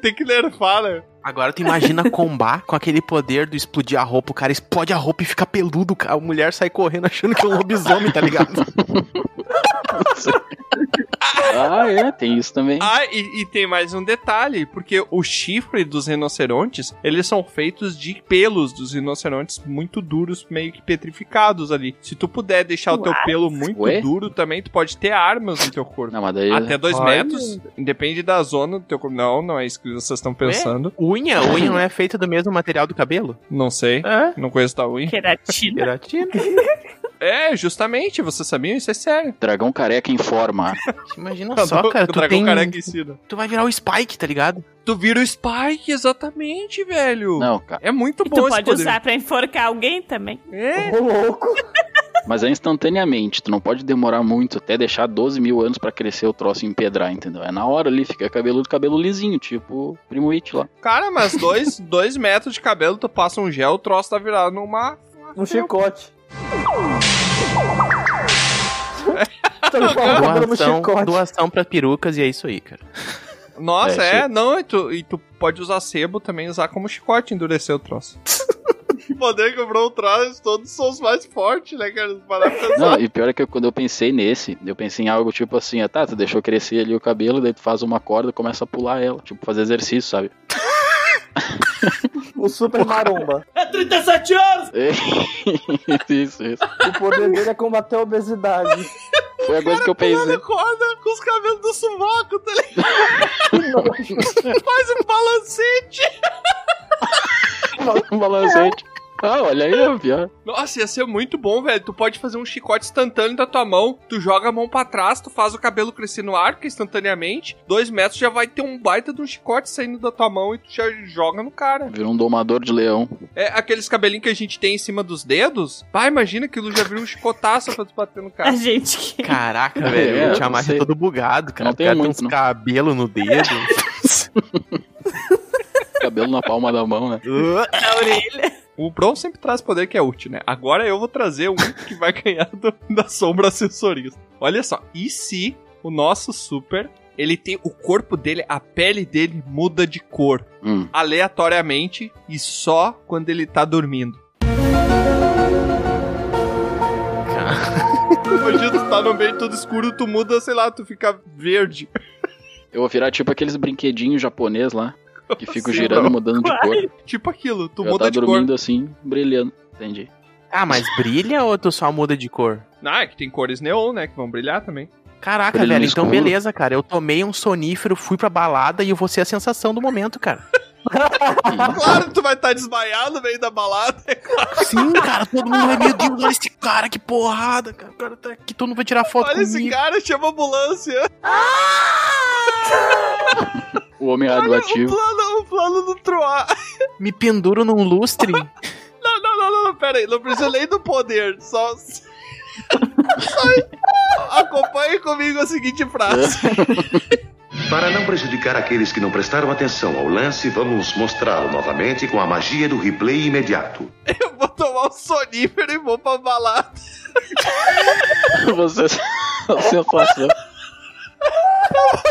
[SPEAKER 5] tem que nerfar, né?
[SPEAKER 6] Agora tu imagina combar com aquele poder do explodir a roupa, o cara explode a roupa e fica peludo, a mulher sai correndo achando que é um lobisomem, tá ligado?
[SPEAKER 7] Ah, é, tem isso também.
[SPEAKER 5] Ah, e, e tem mais um detalhe, porque o chifre dos rinocerontes, eles são feitos de pelos dos rinocerontes muito duros, meio que petrificados ali. Se tu puder deixar o teu
[SPEAKER 9] What?
[SPEAKER 5] pelo muito
[SPEAKER 7] Ué?
[SPEAKER 5] duro também, tu pode ter armas no teu corpo.
[SPEAKER 7] Não, mas daí.
[SPEAKER 5] Até dois
[SPEAKER 6] Olha.
[SPEAKER 5] metros, depende da zona do teu corpo. Não, não é isso que vocês estão pensando.
[SPEAKER 6] Unha? Unha não é feita do mesmo material do cabelo?
[SPEAKER 5] Não sei,
[SPEAKER 6] É.
[SPEAKER 5] não conheço da unha.
[SPEAKER 9] Queratina.
[SPEAKER 6] Queratina.
[SPEAKER 5] É, justamente, vocês sabiam? Isso é sério.
[SPEAKER 7] Dragão careca informa.
[SPEAKER 6] Imagina só, cara,
[SPEAKER 5] o
[SPEAKER 6] tu
[SPEAKER 5] dragão
[SPEAKER 6] tem...
[SPEAKER 5] careca ensina.
[SPEAKER 6] Tu vai virar o Spike, tá ligado?
[SPEAKER 5] Tu vira o Spike, exatamente, velho.
[SPEAKER 7] Não, cara.
[SPEAKER 5] É muito
[SPEAKER 9] E
[SPEAKER 5] bom
[SPEAKER 9] tu
[SPEAKER 5] esse
[SPEAKER 9] pode
[SPEAKER 5] poder.
[SPEAKER 9] usar pra enforcar alguém também.
[SPEAKER 5] É.
[SPEAKER 8] Ô, louco.
[SPEAKER 7] Mas é instantaneamente. Tu não pode demorar muito até deixar 12 mil anos pra crescer o troço e empedrar, entendeu? É na hora ali, fica cabeludo, cabelo lisinho, tipo o Primo It lá.
[SPEAKER 5] Cara, mas dois, dois metros de cabelo, tu passa um gel, o troço tá virado numa.
[SPEAKER 8] Um chicote. Tá me falando no
[SPEAKER 6] Doação,
[SPEAKER 8] chicote.
[SPEAKER 6] doação pra perucas e é isso aí, cara.
[SPEAKER 5] Nossa,
[SPEAKER 7] É,
[SPEAKER 5] é, não, e tu, e tu pode usar sebo também, usar como chicote, endurecer o troço. o poder quebrou o troço, todos são os mais fortes, né, cara? Parar pra pensar.
[SPEAKER 7] Não, e pior é que eu- quando eu pensei nesse, eu pensei em algo tipo assim, ah, tá, tu deixou crescer ali o cabelo, daí tu faz uma corda e começa a pular ela. Tipo, fazer exercício, sabe?
[SPEAKER 8] O Super Maromba.
[SPEAKER 7] isso, isso.
[SPEAKER 8] O poder dele é combater a obesidade.
[SPEAKER 7] Foi a coisa que eu pensei.
[SPEAKER 9] é-
[SPEAKER 5] Pulando corda com os cabelos do sovaco, tá ligado? Faz um balancete.
[SPEAKER 7] Um balancete. Ah, olha aí, ó, pior.
[SPEAKER 5] Nossa, ia ser muito bom, velho. Tu pode fazer um chicote instantâneo da tua mão, tu joga a mão pra trás, tu faz o cabelo crescer no ar, que é instantaneamente, dois metros já vai ter um baita de um chicote saindo da tua mão e tu já joga no cara.
[SPEAKER 7] Virou um domador de leão.
[SPEAKER 5] É aqueles cabelinhos que a gente tem em cima dos dedos. Pá, imagina aquilo já virou um chicotaço pra tu bater no
[SPEAKER 9] A
[SPEAKER 5] cara.
[SPEAKER 9] gente que.
[SPEAKER 6] Caraca,
[SPEAKER 7] É,
[SPEAKER 6] velho, o
[SPEAKER 7] não
[SPEAKER 6] Tiamat
[SPEAKER 7] sei.
[SPEAKER 6] é todo bugado, cara.
[SPEAKER 7] Não
[SPEAKER 6] O
[SPEAKER 7] tem
[SPEAKER 6] cara tem
[SPEAKER 7] muito,
[SPEAKER 6] uns
[SPEAKER 7] não.
[SPEAKER 6] cabelos no dedo.
[SPEAKER 7] Cabelo na palma da mão, né?
[SPEAKER 5] O Bron sempre traz poder que é útil, né? Agora eu vou trazer um que vai ganhar do- da sombra assessorista. Olha só, e se o nosso super, ele tem o corpo dele, a pele dele muda de cor
[SPEAKER 7] Hum.
[SPEAKER 5] aleatoriamente e só quando ele tá dormindo. Imagina, tu tá no meio todo escuro, tu muda, sei lá, tu fica verde.
[SPEAKER 7] Eu vou virar tipo aqueles brinquedinhos japonês lá. Que fico girando, mudando de cor.
[SPEAKER 5] Tipo aquilo, tu
[SPEAKER 7] Já
[SPEAKER 5] muda
[SPEAKER 7] tá
[SPEAKER 5] de
[SPEAKER 7] dormindo
[SPEAKER 5] cor.
[SPEAKER 7] assim, brilhando. Entendi.
[SPEAKER 6] Ah, mas brilha ou tu só muda de cor?
[SPEAKER 5] Ah, é que tem cores neon, né? Que vão brilhar também.
[SPEAKER 6] Caraca,
[SPEAKER 5] Brilha no
[SPEAKER 6] velho, então
[SPEAKER 5] escuro.
[SPEAKER 6] beleza, cara. Eu tomei um sonífero, fui pra balada e eu vou ser a sensação do momento, cara.
[SPEAKER 5] Claro que tu vai estar desmaiado no meio da balada.
[SPEAKER 6] Sim, cara, todo mundo vai, meu Deus, olha esse cara, que porrada, cara. O cara tá aqui, todo mundo vai tirar foto
[SPEAKER 5] Olha
[SPEAKER 6] comigo.
[SPEAKER 5] esse cara, chama a ambulância.
[SPEAKER 7] O homem radioativo.
[SPEAKER 5] plano, o plano do Troá.
[SPEAKER 6] Me penduro num lustre.
[SPEAKER 5] Não, não, não, não, não, pera aí. Não precisa nem do poder. Só. só- Acompanhe comigo a seguinte frase.
[SPEAKER 12] Para não prejudicar aqueles que não prestaram atenção ao lance, vamos mostrá-lo novamente com a magia do replay imediato.
[SPEAKER 5] Eu vou tomar um sonífero e vou pra balada.
[SPEAKER 7] Você é a sensação.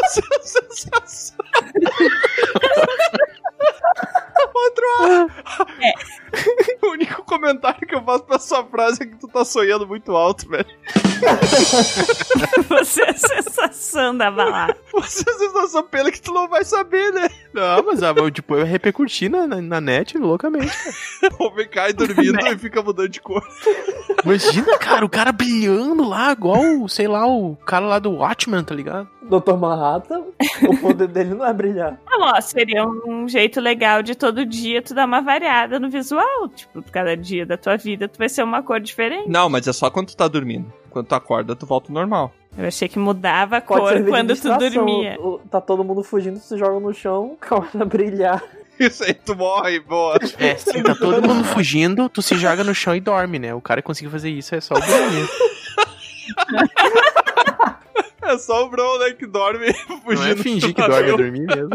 [SPEAKER 5] Você é a sensação. Outro O único comentário que eu faço pra essa frase é que tu tá sonhando muito alto, velho.
[SPEAKER 9] Você é a sensação da balada.
[SPEAKER 5] Você é a sensação pela que tu não vai saber, né?
[SPEAKER 6] Não, mas ah, eu, tipo, eu repercuti na, na, na net loucamente, cara.
[SPEAKER 5] O homem cai dormindo e fica mudando de cor.
[SPEAKER 6] Imagina, cara, o cara brilhando lá, igual, sei lá, o cara lá do Watchman, tá ligado?
[SPEAKER 8] Doutor Manhattan, o poder dele não é brilhar.
[SPEAKER 9] Não, ó, Tá seria um jeito legal de todo dia tu dar uma variada no visual. Tipo, cada dia da tua vida tu vai ser uma cor diferente.
[SPEAKER 5] Não, mas é só quando tu tá dormindo. Quando tu acorda, tu volta ao normal.
[SPEAKER 9] Eu achei que mudava a
[SPEAKER 8] Pode
[SPEAKER 9] cor
[SPEAKER 8] servir de
[SPEAKER 9] quando tu
[SPEAKER 8] distração.
[SPEAKER 9] dormia.
[SPEAKER 8] O- Tá todo mundo fugindo, se joga no chão, começa a brilhar.
[SPEAKER 5] Isso aí, tu morre, boa.
[SPEAKER 6] É, sim, tá todo mundo fugindo, tu se joga no chão e dorme, né? O cara conseguiu fazer isso, é só o Bruno.
[SPEAKER 5] É só o Bron, né, que dorme fugindo.
[SPEAKER 6] Não é fingir que
[SPEAKER 5] do
[SPEAKER 6] dorme, é
[SPEAKER 5] avião.
[SPEAKER 6] dormir mesmo.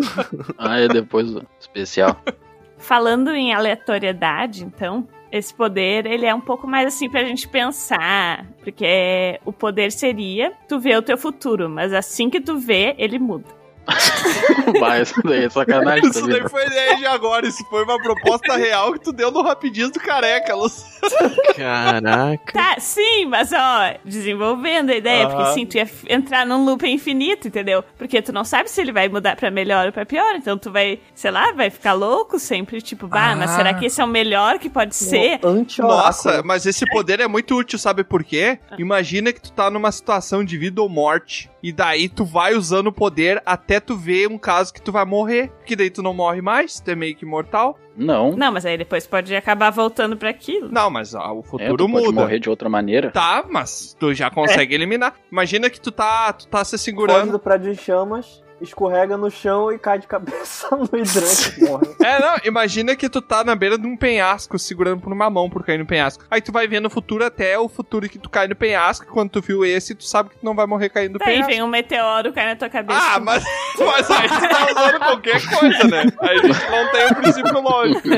[SPEAKER 7] Ah, é depois do especial.
[SPEAKER 9] Falando em aleatoriedade, então, esse poder, ele é um pouco mais assim pra gente pensar, porque o poder seria tu vê o teu futuro, mas assim que tu vê, ele muda.
[SPEAKER 7] Vai, isso daí é sacanagem.
[SPEAKER 5] Isso daí foi ideia de agora, isso foi uma proposta real que tu deu no rapidinho do careca, Luciano.
[SPEAKER 6] Caraca.
[SPEAKER 9] Tá, sim, mas ó, desenvolvendo a ideia, porque
[SPEAKER 5] Aham.
[SPEAKER 9] assim, tu ia f- entrar num loop infinito, entendeu? Porque tu não sabe se ele vai mudar pra melhor ou pra pior, então tu vai, sei lá, vai ficar louco sempre, tipo, bah, mas
[SPEAKER 5] Ah.
[SPEAKER 9] será que esse é o melhor que pode ser?
[SPEAKER 5] Nossa, mas esse poder é muito útil, sabe por quê? Imagina que tu tá numa situação de vida ou morte, e daí tu vai usando o poder até tu ver um caso que tu vai morrer, que daí tu não morre mais, tu é meio que imortal.
[SPEAKER 7] Não.
[SPEAKER 9] Não, mas aí depois pode acabar voltando pra aquilo.
[SPEAKER 5] Não, mas ó, o futuro
[SPEAKER 7] É, tu
[SPEAKER 5] muda.
[SPEAKER 7] pode morrer de outra maneira.
[SPEAKER 5] Tá, mas tu já consegue eliminar. Imagina que tu tá, tu tá se
[SPEAKER 8] Foge
[SPEAKER 5] segurando.
[SPEAKER 8] do prédio em chamas, escorrega no chão e cai de cabeça no hidrante, morre.
[SPEAKER 5] É, não, imagina que tu tá na beira de um penhasco, segurando por uma mão por cair no penhasco. Aí tu vai ver no futuro até o futuro que tu cai no penhasco, e quando tu viu esse, tu sabe que tu não vai morrer caindo no
[SPEAKER 9] Daí
[SPEAKER 5] penhasco.
[SPEAKER 9] vem um meteoro, cai na tua cabeça.
[SPEAKER 5] Ah, mas, mas aí tu tá usando qualquer coisa, né? Aí a gente não tem o princípio lógico.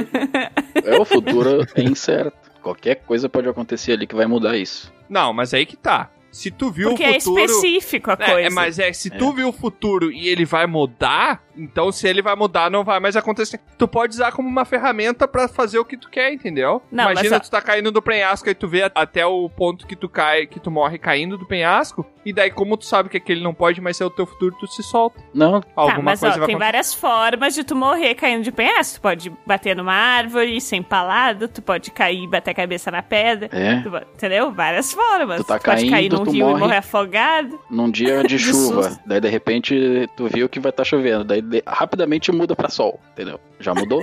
[SPEAKER 7] É, o futuro é incerto. Qualquer coisa pode acontecer ali que vai mudar isso.
[SPEAKER 5] Não, mas aí que tá. Se tu viu
[SPEAKER 9] Porque
[SPEAKER 5] o
[SPEAKER 9] é
[SPEAKER 5] futuro...
[SPEAKER 9] específico a
[SPEAKER 5] É,
[SPEAKER 9] coisa.
[SPEAKER 5] É, mas é, se tu viu o futuro e ele vai mudar, então se ele vai mudar, não vai mais acontecer. Tu pode usar como uma ferramenta pra fazer o que tu quer, entendeu?
[SPEAKER 9] Não, mas
[SPEAKER 5] Imagina
[SPEAKER 9] só-
[SPEAKER 5] tu tá caindo do penhasco e tu vê até o ponto que tu cai, que tu morre caindo do penhasco, e daí como tu sabe que aquele não pode mais ser o teu futuro, tu se solta.
[SPEAKER 7] Não.
[SPEAKER 5] Alguma
[SPEAKER 9] tá, mas
[SPEAKER 5] coisa
[SPEAKER 9] ó,
[SPEAKER 5] vai
[SPEAKER 9] tem
[SPEAKER 5] acontecer.
[SPEAKER 9] várias formas de tu morrer caindo de penhasco. Tu pode bater numa árvore, ser empalado, tu pode cair e bater a cabeça na pedra.
[SPEAKER 7] É.
[SPEAKER 9] Tu po- entendeu? Várias formas.
[SPEAKER 7] Tu tá
[SPEAKER 9] pode cair
[SPEAKER 7] caindo,
[SPEAKER 9] num
[SPEAKER 7] tu
[SPEAKER 9] rio
[SPEAKER 7] morre.
[SPEAKER 9] e morrer afogado.
[SPEAKER 7] Num dia de
[SPEAKER 9] De
[SPEAKER 7] chuva,
[SPEAKER 9] susto.
[SPEAKER 7] daí de repente tu viu que vai estar chovendo, daí de- rapidamente muda pra sol, entendeu? Já mudou?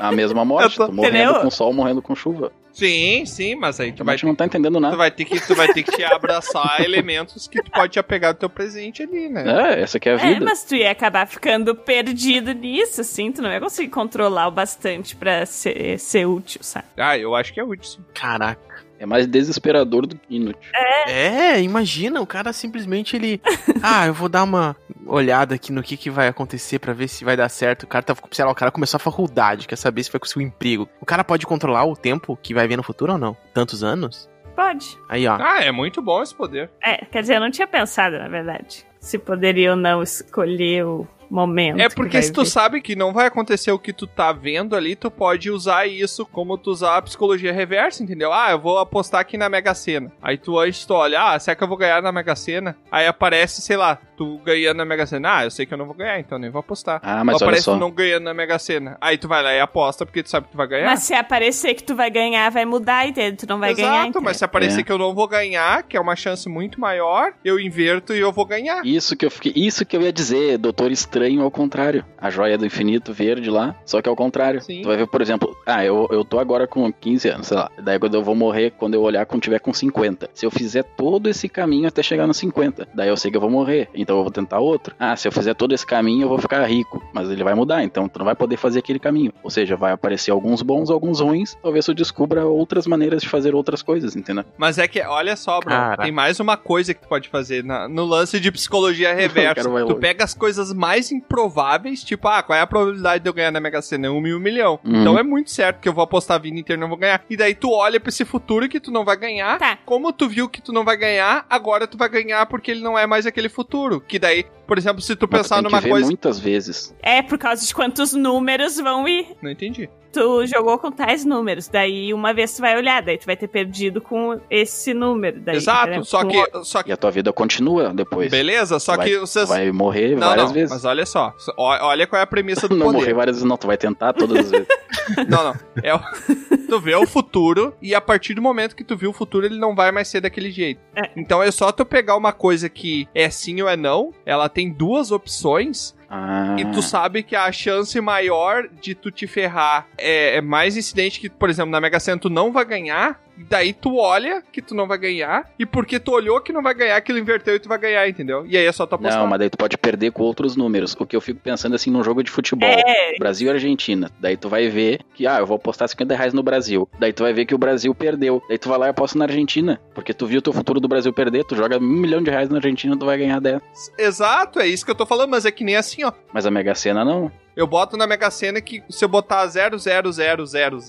[SPEAKER 7] A mesma morte,
[SPEAKER 5] Eu tô-
[SPEAKER 7] tu morrendo
[SPEAKER 5] Entendeu?
[SPEAKER 7] com sol, morrendo com chuva.
[SPEAKER 5] Sim, sim, mas aí tu
[SPEAKER 7] A
[SPEAKER 5] vai,
[SPEAKER 7] gente não tá entendendo nada.
[SPEAKER 5] tu vai ter que tu vai ter que abraçar elementos que tu pode te apegar do teu presente ali, né?
[SPEAKER 7] É, essa aqui é a
[SPEAKER 9] É,
[SPEAKER 7] vida.
[SPEAKER 9] mas tu ia acabar ficando perdido nisso, assim. Tu não ia conseguir controlar o bastante pra ser, ser útil, sabe?
[SPEAKER 5] Ah, eu acho que é útil. sim.
[SPEAKER 6] Caraca.
[SPEAKER 7] É mais desesperador do que inútil.
[SPEAKER 6] É, imagina, o cara simplesmente ele. Ah, eu vou dar uma olhada aqui no que, que vai acontecer pra ver se vai dar certo. O cara tá, sei lá, o cara começou a faculdade, quer saber se vai conseguir um emprego. O cara pode controlar o tempo que vai vir no futuro ou não? Tantos anos?
[SPEAKER 9] Pode.
[SPEAKER 6] Aí, ó.
[SPEAKER 5] Ah, é muito bom esse poder.
[SPEAKER 9] É, quer dizer, eu não tinha pensado, na verdade, se poderia ou não escolher o momento.
[SPEAKER 5] É
[SPEAKER 9] que
[SPEAKER 5] porque
[SPEAKER 9] vai
[SPEAKER 5] se tu
[SPEAKER 9] vir.
[SPEAKER 5] sabe que não vai acontecer o que tu tá vendo ali, tu pode usar isso como tu usar a psicologia reversa, entendeu? Ah, eu vou apostar aqui na Mega Sena. Aí tu antes tu olha, ah, será que eu vou ganhar na Mega Sena? Aí aparece, sei lá, tu ganhando na Mega Sena. Ah, eu sei que eu não vou ganhar, então nem vou apostar.
[SPEAKER 7] Ah, mas
[SPEAKER 5] Ou
[SPEAKER 7] olha
[SPEAKER 5] aparece
[SPEAKER 7] só.
[SPEAKER 5] tu não ganhando na Mega Sena. Aí tu vai lá e aposta porque tu sabe que tu vai ganhar.
[SPEAKER 9] Mas se aparecer que tu vai ganhar, vai mudar, entende? Tu não vai
[SPEAKER 5] Exato,
[SPEAKER 9] ganhar.
[SPEAKER 5] mas se aparecer
[SPEAKER 7] É.
[SPEAKER 5] que eu não vou ganhar, que é uma chance muito maior, eu inverto e eu vou ganhar.
[SPEAKER 7] Isso que eu fiquei, isso que eu ia dizer, Doutor Estranho ao contrário. A joia do infinito verde lá, só que ao contrário.
[SPEAKER 5] Sim.
[SPEAKER 7] Tu vai ver, por exemplo, ah, eu, eu tô agora com 15 anos, sei lá. Daí quando eu vou morrer, quando eu olhar quando tiver com 50. Se eu fizer todo esse caminho até chegar nos 50, daí eu sei que eu vou morrer, então eu vou tentar outro. Ah, se eu fizer todo esse caminho, eu vou ficar rico, mas ele vai mudar, então tu não vai poder fazer aquele caminho. Ou seja, vai aparecer alguns bons, alguns ruins, talvez tu descubra outras maneiras de fazer outras coisas, entendeu?
[SPEAKER 5] Mas é que, olha só, Bruno,
[SPEAKER 7] Cara.
[SPEAKER 5] tem mais uma coisa que tu pode fazer na- no lance de psicologia reversa.
[SPEAKER 7] cara vai
[SPEAKER 5] tu
[SPEAKER 7] longe.
[SPEAKER 5] pega as coisas mais improváveis, tipo, ah, qual é a probabilidade de eu ganhar na Mega Sena? Um mil milhão.
[SPEAKER 7] Uhum.
[SPEAKER 5] Então é muito certo que eu vou apostar a vida inteira e não vou ganhar. E daí tu olha pra esse futuro que tu não vai ganhar. Como tu viu que tu não vai ganhar, agora tu vai ganhar porque ele não é mais aquele futuro. Que daí, por exemplo, se tu
[SPEAKER 7] Mas
[SPEAKER 5] pensar
[SPEAKER 7] tem que
[SPEAKER 5] numa
[SPEAKER 7] ver
[SPEAKER 5] coisa.
[SPEAKER 7] muitas vezes.
[SPEAKER 9] É por causa de quantos números vão ir.
[SPEAKER 5] Não entendi.
[SPEAKER 9] Tu jogou com tais números, daí uma vez tu vai olhar, daí tu vai ter perdido com esse número. Daí, entendeu? Com o-
[SPEAKER 5] só que
[SPEAKER 7] e a tua vida continua depois.
[SPEAKER 5] Beleza, só
[SPEAKER 7] Vai-
[SPEAKER 5] que vocês.
[SPEAKER 7] vai morrer
[SPEAKER 5] Não,
[SPEAKER 7] várias
[SPEAKER 5] não,
[SPEAKER 7] vezes.
[SPEAKER 5] Mas olha só. só- ó- Olha qual é a premissa do
[SPEAKER 7] não
[SPEAKER 5] poder.
[SPEAKER 7] morrer várias vezes, não. Tu vai tentar todas as vezes.
[SPEAKER 5] Não, não. É o... tu vê o futuro e a partir do momento que tu viu o futuro, ele não vai mais ser daquele jeito. Então é só tu pegar uma coisa que é sim ou é não, ela tem duas opções.
[SPEAKER 7] Ah.
[SPEAKER 5] E tu sabe que a chance maior de tu te ferrar é, é mais incidente que, por exemplo, na Mega Sena tu não vai ganhar. E daí tu olha que tu não vai ganhar. E porque tu olhou que não vai ganhar, aquilo inverteu e tu vai ganhar, entendeu? E aí é só tu apostar.
[SPEAKER 7] Não, mas daí tu pode perder com outros números. O que eu fico pensando assim num jogo de futebol.
[SPEAKER 9] É.
[SPEAKER 7] Brasil e Argentina. Daí tu vai ver que, ah, eu vou apostar 50 reais no Brasil. Daí tu vai ver que o Brasil perdeu. Daí tu vai lá e aposta na Argentina. Porque tu viu o teu futuro do Brasil perder, tu joga um milhão de reais na Argentina, tu vai ganhar 10.
[SPEAKER 5] Exato, é isso que eu tô falando, mas é que nem assim, ó.
[SPEAKER 7] Mas a Mega Sena não.
[SPEAKER 5] Eu boto na Mega Sena que se eu botar 00000,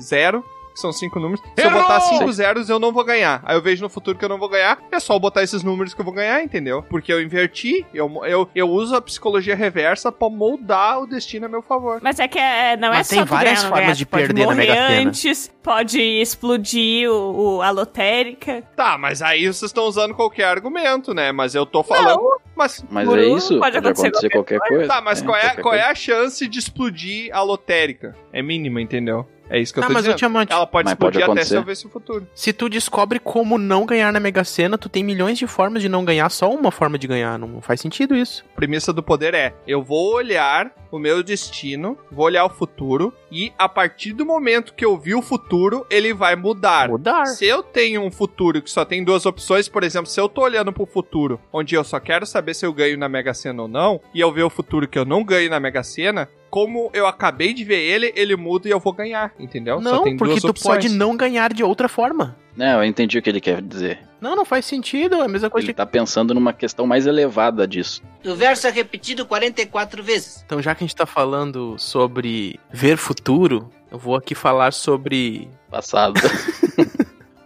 [SPEAKER 5] zero, que são cinco números, se eu
[SPEAKER 7] Errou!
[SPEAKER 5] botar cinco zeros, eu não vou ganhar. Aí eu vejo no futuro que eu não vou ganhar, é só eu botar esses números que eu vou ganhar, entendeu? Porque eu inverti, eu, eu, eu uso a psicologia reversa pra moldar o destino a meu favor.
[SPEAKER 9] Mas é que é, não
[SPEAKER 5] Mas
[SPEAKER 9] é
[SPEAKER 5] tem
[SPEAKER 9] só tu
[SPEAKER 5] várias
[SPEAKER 9] ganhar, não
[SPEAKER 5] formas
[SPEAKER 9] ganhar.
[SPEAKER 5] de
[SPEAKER 9] Tu pode
[SPEAKER 5] perder na
[SPEAKER 9] morrer
[SPEAKER 5] Mega Sena.
[SPEAKER 9] antes, pode explodir o, o- a lotérica.
[SPEAKER 5] Tá, mas aí vocês estão usando qualquer argumento, né? Mas eu tô falando. Mas,
[SPEAKER 7] Mas é isso, pode acontecer qualquer coisa.
[SPEAKER 5] Tá, mas
[SPEAKER 7] É,
[SPEAKER 5] qual, é,
[SPEAKER 7] qualquer
[SPEAKER 5] qual é
[SPEAKER 7] coisa.
[SPEAKER 5] a chance de explodir a lotérica? É mínima, entendeu? É isso que eu
[SPEAKER 6] Tá,
[SPEAKER 5] tô
[SPEAKER 6] mas eu
[SPEAKER 5] dizendo.
[SPEAKER 6] tinha uma-
[SPEAKER 5] Ela pode
[SPEAKER 6] Mas pode
[SPEAKER 5] explodir até
[SPEAKER 6] acontecer.
[SPEAKER 5] se eu ver o futuro.
[SPEAKER 6] Se tu descobre como não ganhar na Mega Sena, tu tem milhões de formas de não ganhar, só uma forma de ganhar. Não faz sentido isso.
[SPEAKER 5] premissa do poder é: eu vou olhar o meu destino, vou olhar o futuro, e a partir do momento que eu vi o futuro, ele vai mudar.
[SPEAKER 6] Mudar.
[SPEAKER 5] Se eu tenho um futuro que só tem duas opções, por exemplo, se eu tô olhando pro futuro, onde eu só quero saber se eu ganho na Mega Sena ou não, e eu ver o futuro que eu não ganho na Mega Sena. Como eu acabei de ver ele, ele muda e eu vou ganhar, entendeu? Só
[SPEAKER 6] Não,
[SPEAKER 5] tem
[SPEAKER 6] porque
[SPEAKER 5] duas
[SPEAKER 6] tu
[SPEAKER 5] opções.
[SPEAKER 6] pode não ganhar de outra forma.
[SPEAKER 7] Não, eu entendi o que ele quer dizer.
[SPEAKER 6] Não, não faz sentido. É a mesma coisa
[SPEAKER 7] Ele tá pensando numa questão mais elevada disso.
[SPEAKER 13] O verso é repetido 44 vezes.
[SPEAKER 6] Então, já que a gente tá falando sobre ver futuro, eu vou aqui falar sobre.
[SPEAKER 7] Passado.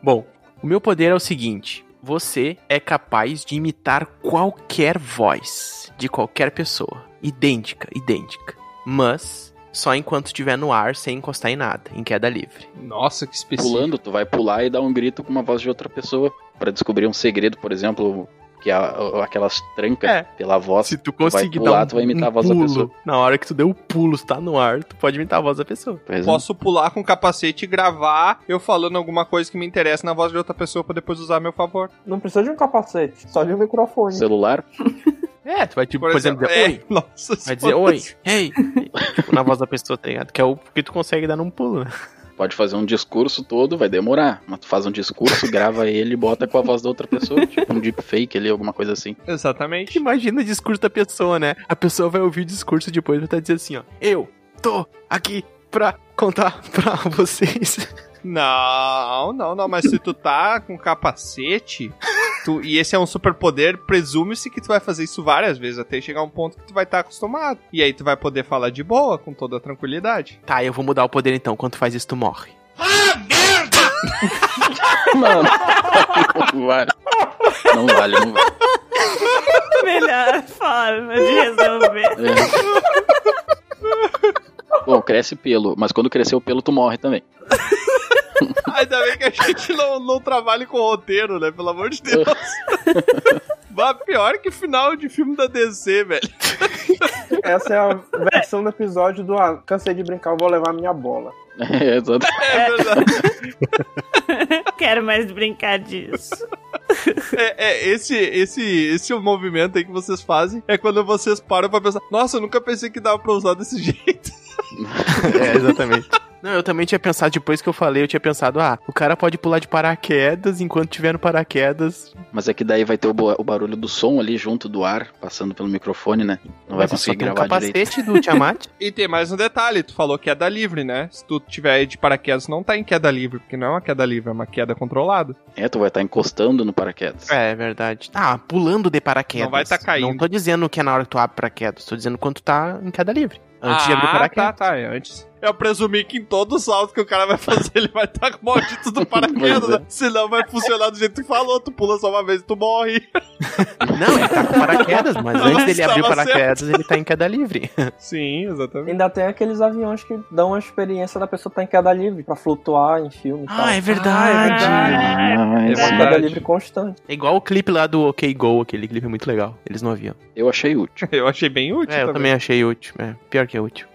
[SPEAKER 6] Bom, o meu poder é o seguinte: você é capaz de imitar qualquer voz de qualquer pessoa. Idêntica, idêntica. Mas só enquanto estiver no ar, sem encostar em nada, em queda livre.
[SPEAKER 5] Nossa, que específico.
[SPEAKER 7] Pulando, tu vai pular e dar um grito com uma voz de outra pessoa pra descobrir um segredo, por exemplo, que é a- aquelas trancas
[SPEAKER 6] É.
[SPEAKER 7] pela voz.
[SPEAKER 6] Se tu
[SPEAKER 7] vai
[SPEAKER 6] conseguir
[SPEAKER 7] pular,
[SPEAKER 6] dar um,
[SPEAKER 7] tu vai imitar
[SPEAKER 6] um
[SPEAKER 7] a voz da
[SPEAKER 6] pulo,
[SPEAKER 7] pessoa.
[SPEAKER 6] na hora que tu deu o pulo, se tá no ar, tu pode imitar a voz da pessoa.
[SPEAKER 5] Posso pular com o capacete e gravar eu falando alguma coisa que me interessa na voz de outra pessoa pra depois usar a meu favor.
[SPEAKER 8] Não precisa de um capacete, só de um microfone.
[SPEAKER 7] Celular?
[SPEAKER 6] É, tu vai tipo, por,
[SPEAKER 5] exemplo,
[SPEAKER 6] exemplo, dizer
[SPEAKER 5] é,
[SPEAKER 6] oi.
[SPEAKER 5] nossa
[SPEAKER 6] vai dizer
[SPEAKER 5] senhora.
[SPEAKER 6] oi, ei. tipo, na voz da pessoa, tá ligado? Que é o que tu consegue dar num pulo, né?
[SPEAKER 7] Pode fazer um discurso todo, vai demorar. Mas tu faz um discurso, grava ele e bota com a voz da outra pessoa. tipo um deepfake ali, alguma coisa assim.
[SPEAKER 5] Exatamente.
[SPEAKER 6] Imagina o discurso da pessoa, né? A pessoa vai ouvir o discurso depois e vai estar dizendo assim, ó. Eu tô aqui pra contar pra vocês.
[SPEAKER 5] Não, não, não, mas se tu tá com capacete, tu, e esse é um superpoder, presume-se que tu vai fazer isso várias vezes até chegar um ponto que tu vai estar acostumado. E aí tu vai poder falar de boa, com toda a tranquilidade.
[SPEAKER 6] Tá, eu vou mudar o poder então. Quando tu faz isso, tu morre.
[SPEAKER 7] Mano, não vale. Não vale, não vale.
[SPEAKER 9] Melhor forma de resolver.
[SPEAKER 7] É. Bom, cresce pelo, mas quando crescer o pelo, tu morre também.
[SPEAKER 5] Ainda bem que a gente não, não trabalha com roteiro, né? Pelo amor de Deus. Bah, pior que final de filme da DC, velho.
[SPEAKER 8] Essa é a versão do episódio do ah, Cansei de brincar, eu vou levar minha bola.
[SPEAKER 7] É, exato.
[SPEAKER 9] Quero mais brincar disso.
[SPEAKER 5] É, é, esse, esse, esse movimento aí que vocês fazem é quando vocês param pra pensar, nossa, eu nunca pensei que dava pra usar desse jeito.
[SPEAKER 6] É, exatamente. Não, eu também tinha pensado, depois que eu falei, eu tinha pensado, ah, o cara pode pular de paraquedas enquanto tiver no paraquedas.
[SPEAKER 7] Mas é que daí vai ter o, bo- o barulho do som ali junto do ar, passando pelo microfone, né? Não vai
[SPEAKER 6] Mas
[SPEAKER 7] conseguir
[SPEAKER 6] só tem um
[SPEAKER 7] gravar direito.
[SPEAKER 6] capacete do Tiamat?
[SPEAKER 5] E tem mais um detalhe, tu falou queda livre, né? Se tu tiver aí de paraquedas, não tá em queda livre, porque não é uma queda livre, é uma queda controlada.
[SPEAKER 7] É, tu vai estar encostando no paraquedas.
[SPEAKER 6] É, verdade. Ah, pulando de paraquedas.
[SPEAKER 5] Não vai tá caindo.
[SPEAKER 6] Não tô dizendo que é na hora que tu abre paraquedas, tô dizendo quando tu tá em queda livre. Antes de abrir
[SPEAKER 5] ah,
[SPEAKER 6] paraquedas.
[SPEAKER 5] tá, tá, é antes. Eu presumi que em todo salto que o cara vai fazer, ele vai estar com o maldito do paraquedas,
[SPEAKER 6] Pois é.
[SPEAKER 5] né? senão vai funcionar do jeito que tu falou, tu pula só uma vez e tu morre.
[SPEAKER 6] Não, ele tá com paraquedas, mas antes dele abrir o
[SPEAKER 5] Estava certo.
[SPEAKER 6] paraquedas, ele tá em queda livre.
[SPEAKER 5] Sim, exatamente.
[SPEAKER 8] Ainda tem aqueles aviões que dão a experiência da pessoa estar em queda livre pra flutuar em filme. Ah,
[SPEAKER 6] é verdade.
[SPEAKER 9] Ah,
[SPEAKER 8] é
[SPEAKER 6] é
[SPEAKER 8] uma queda
[SPEAKER 6] verdade.
[SPEAKER 8] livre constante.
[SPEAKER 6] É igual o clipe lá do OK Go, aquele clipe é muito legal. Eles não haviam.
[SPEAKER 7] Eu achei útil.
[SPEAKER 5] Eu achei bem útil.
[SPEAKER 6] É, eu também achei útil. É, pior que é útil.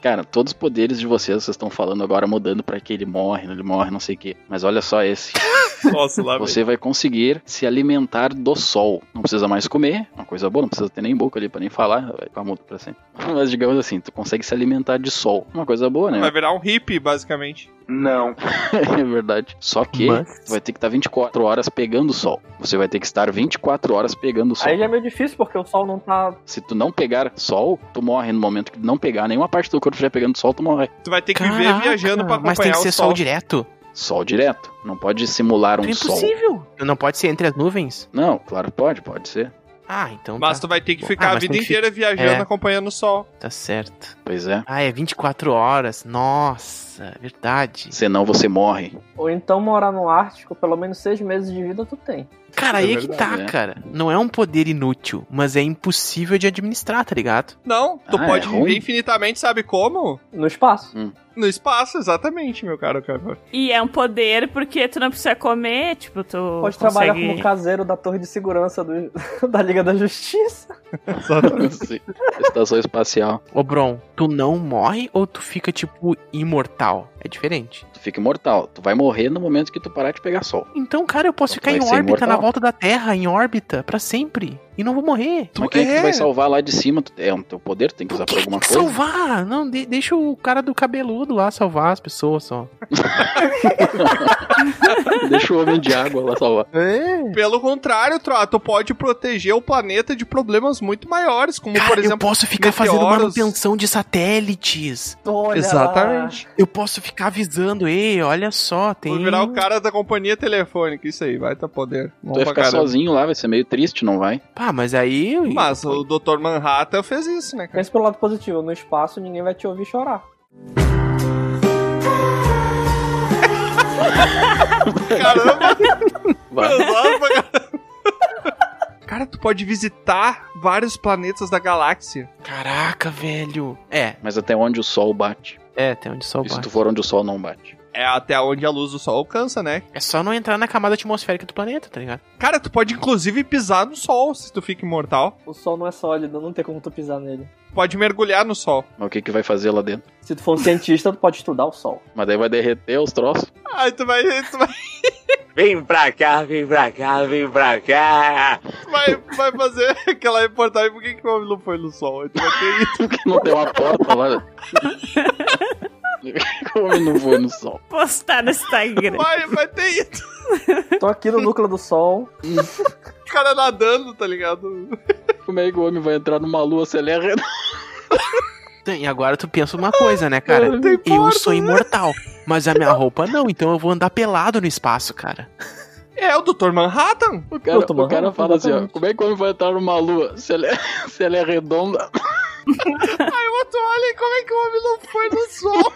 [SPEAKER 7] Cara, todos os poderes de vocês, vocês estão falando agora, mudando pra que ele morre, ele morre, não sei o quê. Mas olha só esse.
[SPEAKER 5] Nossa, lá
[SPEAKER 7] Você vai conseguir se alimentar do sol. Não precisa mais comer, uma coisa boa, não precisa ter nem boca ali pra nem falar, vai ficar mudo pra sempre. Mas digamos assim, tu consegue se alimentar de sol. Uma coisa boa, né?
[SPEAKER 5] Vai virar um hippie, basicamente.
[SPEAKER 10] Não.
[SPEAKER 7] é verdade. Só que
[SPEAKER 5] Mas-
[SPEAKER 7] tu vai ter que tá estar 24 horas pegando o sol. Você vai ter que estar 24 horas pegando o sol.
[SPEAKER 8] Aí já é meio difícil porque o sol não tá.
[SPEAKER 7] Se tu não pegar sol, tu morre no momento que tu não pegar nenhuma parte do corpo estiver pegando sol, tu morre.
[SPEAKER 5] Tu vai ter que viver viajando pra acompanhar
[SPEAKER 6] mas tem que ser
[SPEAKER 5] o
[SPEAKER 6] sol
[SPEAKER 5] sol.
[SPEAKER 6] direto.
[SPEAKER 7] Sol direto. Não pode simular um
[SPEAKER 6] É
[SPEAKER 7] sol.
[SPEAKER 6] impossível. Não pode ser entre as nuvens?
[SPEAKER 7] Não, claro que pode, pode ser.
[SPEAKER 6] Ah, então.
[SPEAKER 5] Mas
[SPEAKER 6] tá.
[SPEAKER 5] tu vai ter que
[SPEAKER 6] Bom,
[SPEAKER 5] ficar
[SPEAKER 6] ah,
[SPEAKER 5] a
[SPEAKER 6] mas
[SPEAKER 5] vida
[SPEAKER 6] tem que
[SPEAKER 5] inteira
[SPEAKER 6] fi-
[SPEAKER 5] viajando,
[SPEAKER 6] É.
[SPEAKER 5] acompanhando o sol.
[SPEAKER 6] Tá certo.
[SPEAKER 7] Pois é.
[SPEAKER 6] Ah, é 24 horas. Nossa, verdade.
[SPEAKER 7] Senão você morre.
[SPEAKER 8] Ou então morar no Ártico, pelo menos seis meses de vida tu tem.
[SPEAKER 6] Cara, aí é que tá,
[SPEAKER 7] né?
[SPEAKER 6] cara. Não é um poder inútil, mas é impossível de administrar, tá ligado?
[SPEAKER 5] Não, tu
[SPEAKER 6] Ah,
[SPEAKER 5] pode
[SPEAKER 6] é
[SPEAKER 5] viver
[SPEAKER 6] ruim?
[SPEAKER 5] infinitamente, sabe como?
[SPEAKER 8] No espaço.
[SPEAKER 5] No espaço, exatamente, meu caro cara.
[SPEAKER 9] E é um poder porque tu não precisa comer, tipo, tu
[SPEAKER 8] Pode trabalhar
[SPEAKER 9] consegue...
[SPEAKER 8] como caseiro da torre de segurança do- da Liga da Justiça.
[SPEAKER 7] Sim. Estação espacial.
[SPEAKER 6] Ô, Bron, tu não morre ou tu fica, tipo, imortal? É diferente.
[SPEAKER 7] Tu fica imortal. Tu vai morrer no momento que tu parar de pegar sol.
[SPEAKER 6] Então, cara, eu posso ficar
[SPEAKER 7] vai
[SPEAKER 6] em
[SPEAKER 7] ser
[SPEAKER 6] órbita, na
[SPEAKER 7] imortal.
[SPEAKER 6] volta da Terra, em órbita, pra sempre. E não vou morrer.
[SPEAKER 7] Mas quem é que tu vai salvar lá de cima? Tu- É um teu poder, tu tem que usar pra alguma coisa.
[SPEAKER 6] Salvar! Não, de- deixa o cara do cabeludo lá salvar as pessoas só.
[SPEAKER 7] Deixa o homem de água lá salvar.
[SPEAKER 5] Pelo contrário, Troa, tu pode proteger o planeta de problemas muito maiores, como por exemplo.
[SPEAKER 6] eu posso ficar fazendo
[SPEAKER 5] meteoros.
[SPEAKER 6] manutenção de satélites.
[SPEAKER 8] Olha
[SPEAKER 5] Exatamente.
[SPEAKER 6] Eu posso ficar avisando, ei, olha só, tem.
[SPEAKER 5] Vou virar o cara da companhia telefônica, isso aí, vai tá poder. Bom
[SPEAKER 7] Tu vai
[SPEAKER 5] pra
[SPEAKER 7] ficar
[SPEAKER 5] caramba.
[SPEAKER 7] sozinho lá, vai ser meio triste, não vai?
[SPEAKER 6] Pá, mas aí.
[SPEAKER 5] Mas o Dr. Manhattan fez isso, né, cara?
[SPEAKER 8] Pense pelo lado positivo, no espaço ninguém vai te ouvir chorar.
[SPEAKER 5] Pesado pra caramba. Cara, tu pode visitar vários planetas da galáxia.
[SPEAKER 6] Caraca, velho. É.
[SPEAKER 7] Mas até onde o sol bate.
[SPEAKER 6] É, até onde o sol
[SPEAKER 7] bate. E se tu for onde o sol não bate.
[SPEAKER 5] É até onde a luz do sol alcança, né?
[SPEAKER 6] É só não entrar na camada atmosférica do planeta, tá ligado?
[SPEAKER 5] Cara, tu pode inclusive pisar no sol se tu fica imortal.
[SPEAKER 8] O sol não é sólido, não tem como tu pisar nele.
[SPEAKER 5] Pode mergulhar no sol.
[SPEAKER 7] Mas o que que vai fazer lá dentro?
[SPEAKER 8] Se tu for um cientista, tu pode estudar o sol.
[SPEAKER 7] Mas daí vai derreter os troços.
[SPEAKER 5] Ai, tu vai. Tu vai,
[SPEAKER 14] Vem pra cá, vem pra cá, vem pra cá.
[SPEAKER 5] vai, vai fazer aquela reportagem. Por que, que o homem não foi no sol? Aí Tu vai ter isso.
[SPEAKER 7] Porque não tem uma porta lá. Como eu não vou no sol?
[SPEAKER 9] Postar no Instagram.
[SPEAKER 5] Vai, vai ter isso.
[SPEAKER 8] Tô aqui no núcleo do sol.
[SPEAKER 5] O cara nadando, tá ligado?
[SPEAKER 7] Como é que o homem vai entrar numa lua se ele é redondo?
[SPEAKER 6] Então, E agora tu pensa uma coisa, né, cara?
[SPEAKER 7] Não tem
[SPEAKER 6] eu
[SPEAKER 7] porta,
[SPEAKER 6] sou
[SPEAKER 7] né?
[SPEAKER 6] imortal, mas a minha roupa não, então eu vou andar pelado no espaço, cara.
[SPEAKER 5] É o Dr. Manhattan.
[SPEAKER 7] O cara, o cara fala assim, ó, como é que o homem vai entrar numa lua se ela é, se ela é redonda?
[SPEAKER 5] Aí o outro olha e como é que o homem não foi no sol?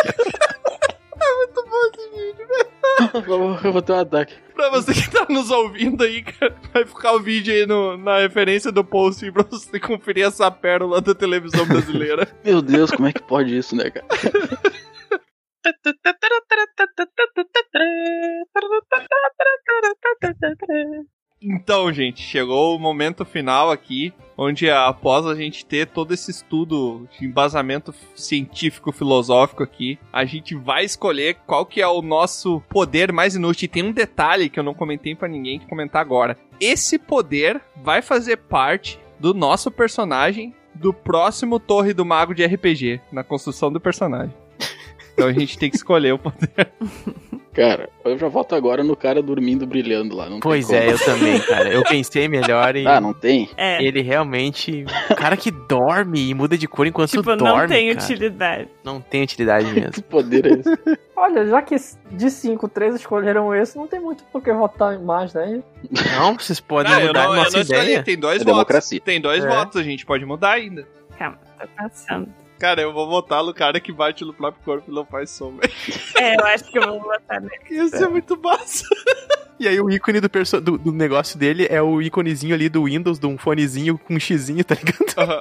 [SPEAKER 5] é muito bom esse vídeo, né? velho.
[SPEAKER 7] Eu vou, eu vou ter um ataque.
[SPEAKER 5] Pra você que tá nos ouvindo aí, cara, vai ficar o vídeo aí no- na referência do post aí pra você conferir essa pérola da televisão brasileira.
[SPEAKER 7] Meu Deus, como é que pode isso, né, cara?
[SPEAKER 5] Então, gente, chegou o momento final aqui, onde após a gente ter todo esse estudo de embasamento científico filosófico aqui, a gente vai escolher qual que é o nosso poder mais inútil. E tem um detalhe que eu não comentei pra ninguém que comentar agora. Esse poder vai fazer parte do nosso personagem do próximo Torre do Mago de RPG, na construção do personagem. Então a gente tem que escolher o poder.
[SPEAKER 7] Cara, eu já volto agora no cara dormindo brilhando lá. Não tem
[SPEAKER 6] Pois
[SPEAKER 7] como.
[SPEAKER 6] é, eu também, cara. Eu pensei melhor e.
[SPEAKER 7] Ah, não tem?
[SPEAKER 9] É.
[SPEAKER 6] Ele realmente. O cara que dorme e muda de cor enquanto
[SPEAKER 9] Tipo,
[SPEAKER 6] dorme.
[SPEAKER 9] não tem
[SPEAKER 6] cara.
[SPEAKER 9] utilidade.
[SPEAKER 6] Não tem utilidade mesmo. que
[SPEAKER 7] poder é esse?
[SPEAKER 8] Olha, já que de 5, 3 escolheram esse, não tem muito por que votar em mais, né?
[SPEAKER 6] Não, vocês podem
[SPEAKER 5] Não, Ah, eu
[SPEAKER 6] mudar
[SPEAKER 5] não,
[SPEAKER 6] a
[SPEAKER 5] eu
[SPEAKER 6] nossa
[SPEAKER 5] não escolhi,
[SPEAKER 6] ideia.
[SPEAKER 5] tem dois
[SPEAKER 6] É
[SPEAKER 5] votos.
[SPEAKER 6] democracia.
[SPEAKER 5] Tem dois
[SPEAKER 6] É.
[SPEAKER 5] votos, a gente pode mudar ainda.
[SPEAKER 9] Calma, tá passando.
[SPEAKER 5] Cara, eu vou votar no cara que bate no próprio corpo e não faz som, velho.
[SPEAKER 9] É, eu acho que eu vou botar nele.
[SPEAKER 5] Isso é muito massa.
[SPEAKER 6] E aí o ícone do, perso- do, do negócio dele é o íconezinho ali do Windows, de um fonezinho com um xizinho, tá ligado?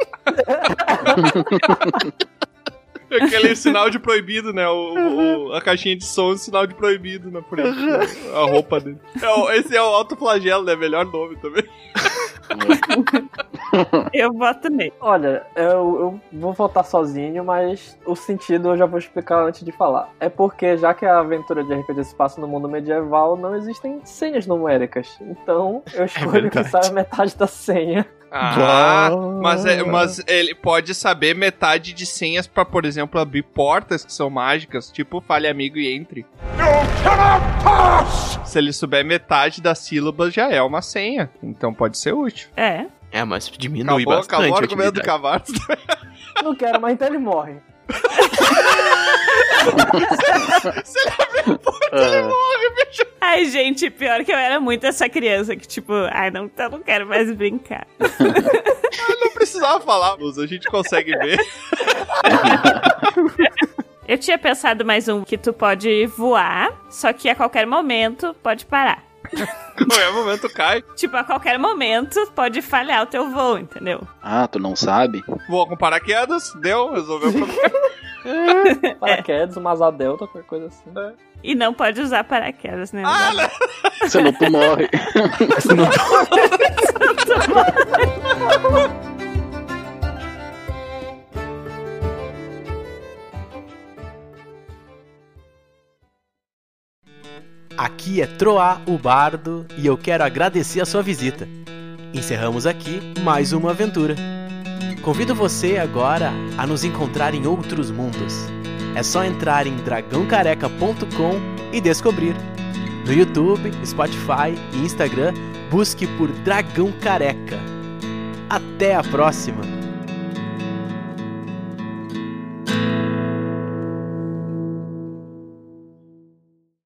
[SPEAKER 5] Aquele é sinal de proibido, né? O- o- o- a caixinha de som é um sinal de proibido, né? Por aí, a roupa dele. É o- esse é o autoflagelo, né? Melhor nome também.
[SPEAKER 9] Eu voto nele.
[SPEAKER 8] Olha, eu, eu vou votar sozinho, mas o sentido eu já vou explicar antes de falar. É porque, já que a aventura de RPG se passa no mundo medieval, não existem senhas numéricas. Então,
[SPEAKER 7] É
[SPEAKER 8] eu escolho que
[SPEAKER 5] verdade.
[SPEAKER 8] saia metade da senha.
[SPEAKER 5] Ah, mas, é- mas ele pode saber metade de senhas pra, por exemplo, abrir portas que são mágicas, tipo fale amigo e entre. Se ele souber metade das sílabas, já é uma senha. Então pode ser útil.
[SPEAKER 9] É.
[SPEAKER 6] É, mas diminui
[SPEAKER 5] Acabou,
[SPEAKER 6] bastante.
[SPEAKER 5] acabou o
[SPEAKER 6] a
[SPEAKER 5] argumento do
[SPEAKER 6] utilidade.
[SPEAKER 5] Cavarto.
[SPEAKER 8] Não quero, mas então ele morre.
[SPEAKER 9] Ai, gente, pior que eu era muito essa criança que, tipo, ai, não, eu não quero mais brincar.
[SPEAKER 5] Não precisava falar, mas a gente consegue ver.
[SPEAKER 9] Eu tinha pensado mais um que tu pode voar, só que a qualquer momento pode parar.
[SPEAKER 5] qualquer é momento cai.
[SPEAKER 9] Tipo, a qualquer momento pode falhar o teu voo, entendeu?
[SPEAKER 7] Ah, tu não sabe?
[SPEAKER 5] Vou com paraquedas, deu, resolveu o problema.
[SPEAKER 8] Paraquedas, uma asa delta, qualquer coisa assim.
[SPEAKER 7] É.
[SPEAKER 9] E não pode usar paraquedas, né? Ah,
[SPEAKER 7] Senão tu morre.
[SPEAKER 2] Aqui é Troá, o Bardo, e eu quero agradecer a sua visita. Encerramos aqui mais uma aventura. Convido você agora a nos encontrar em outros mundos. É só entrar em dragãocareca.com e descobrir. No YouTube, Spotify e Instagram, busque por Dragão Careca. Até a próxima!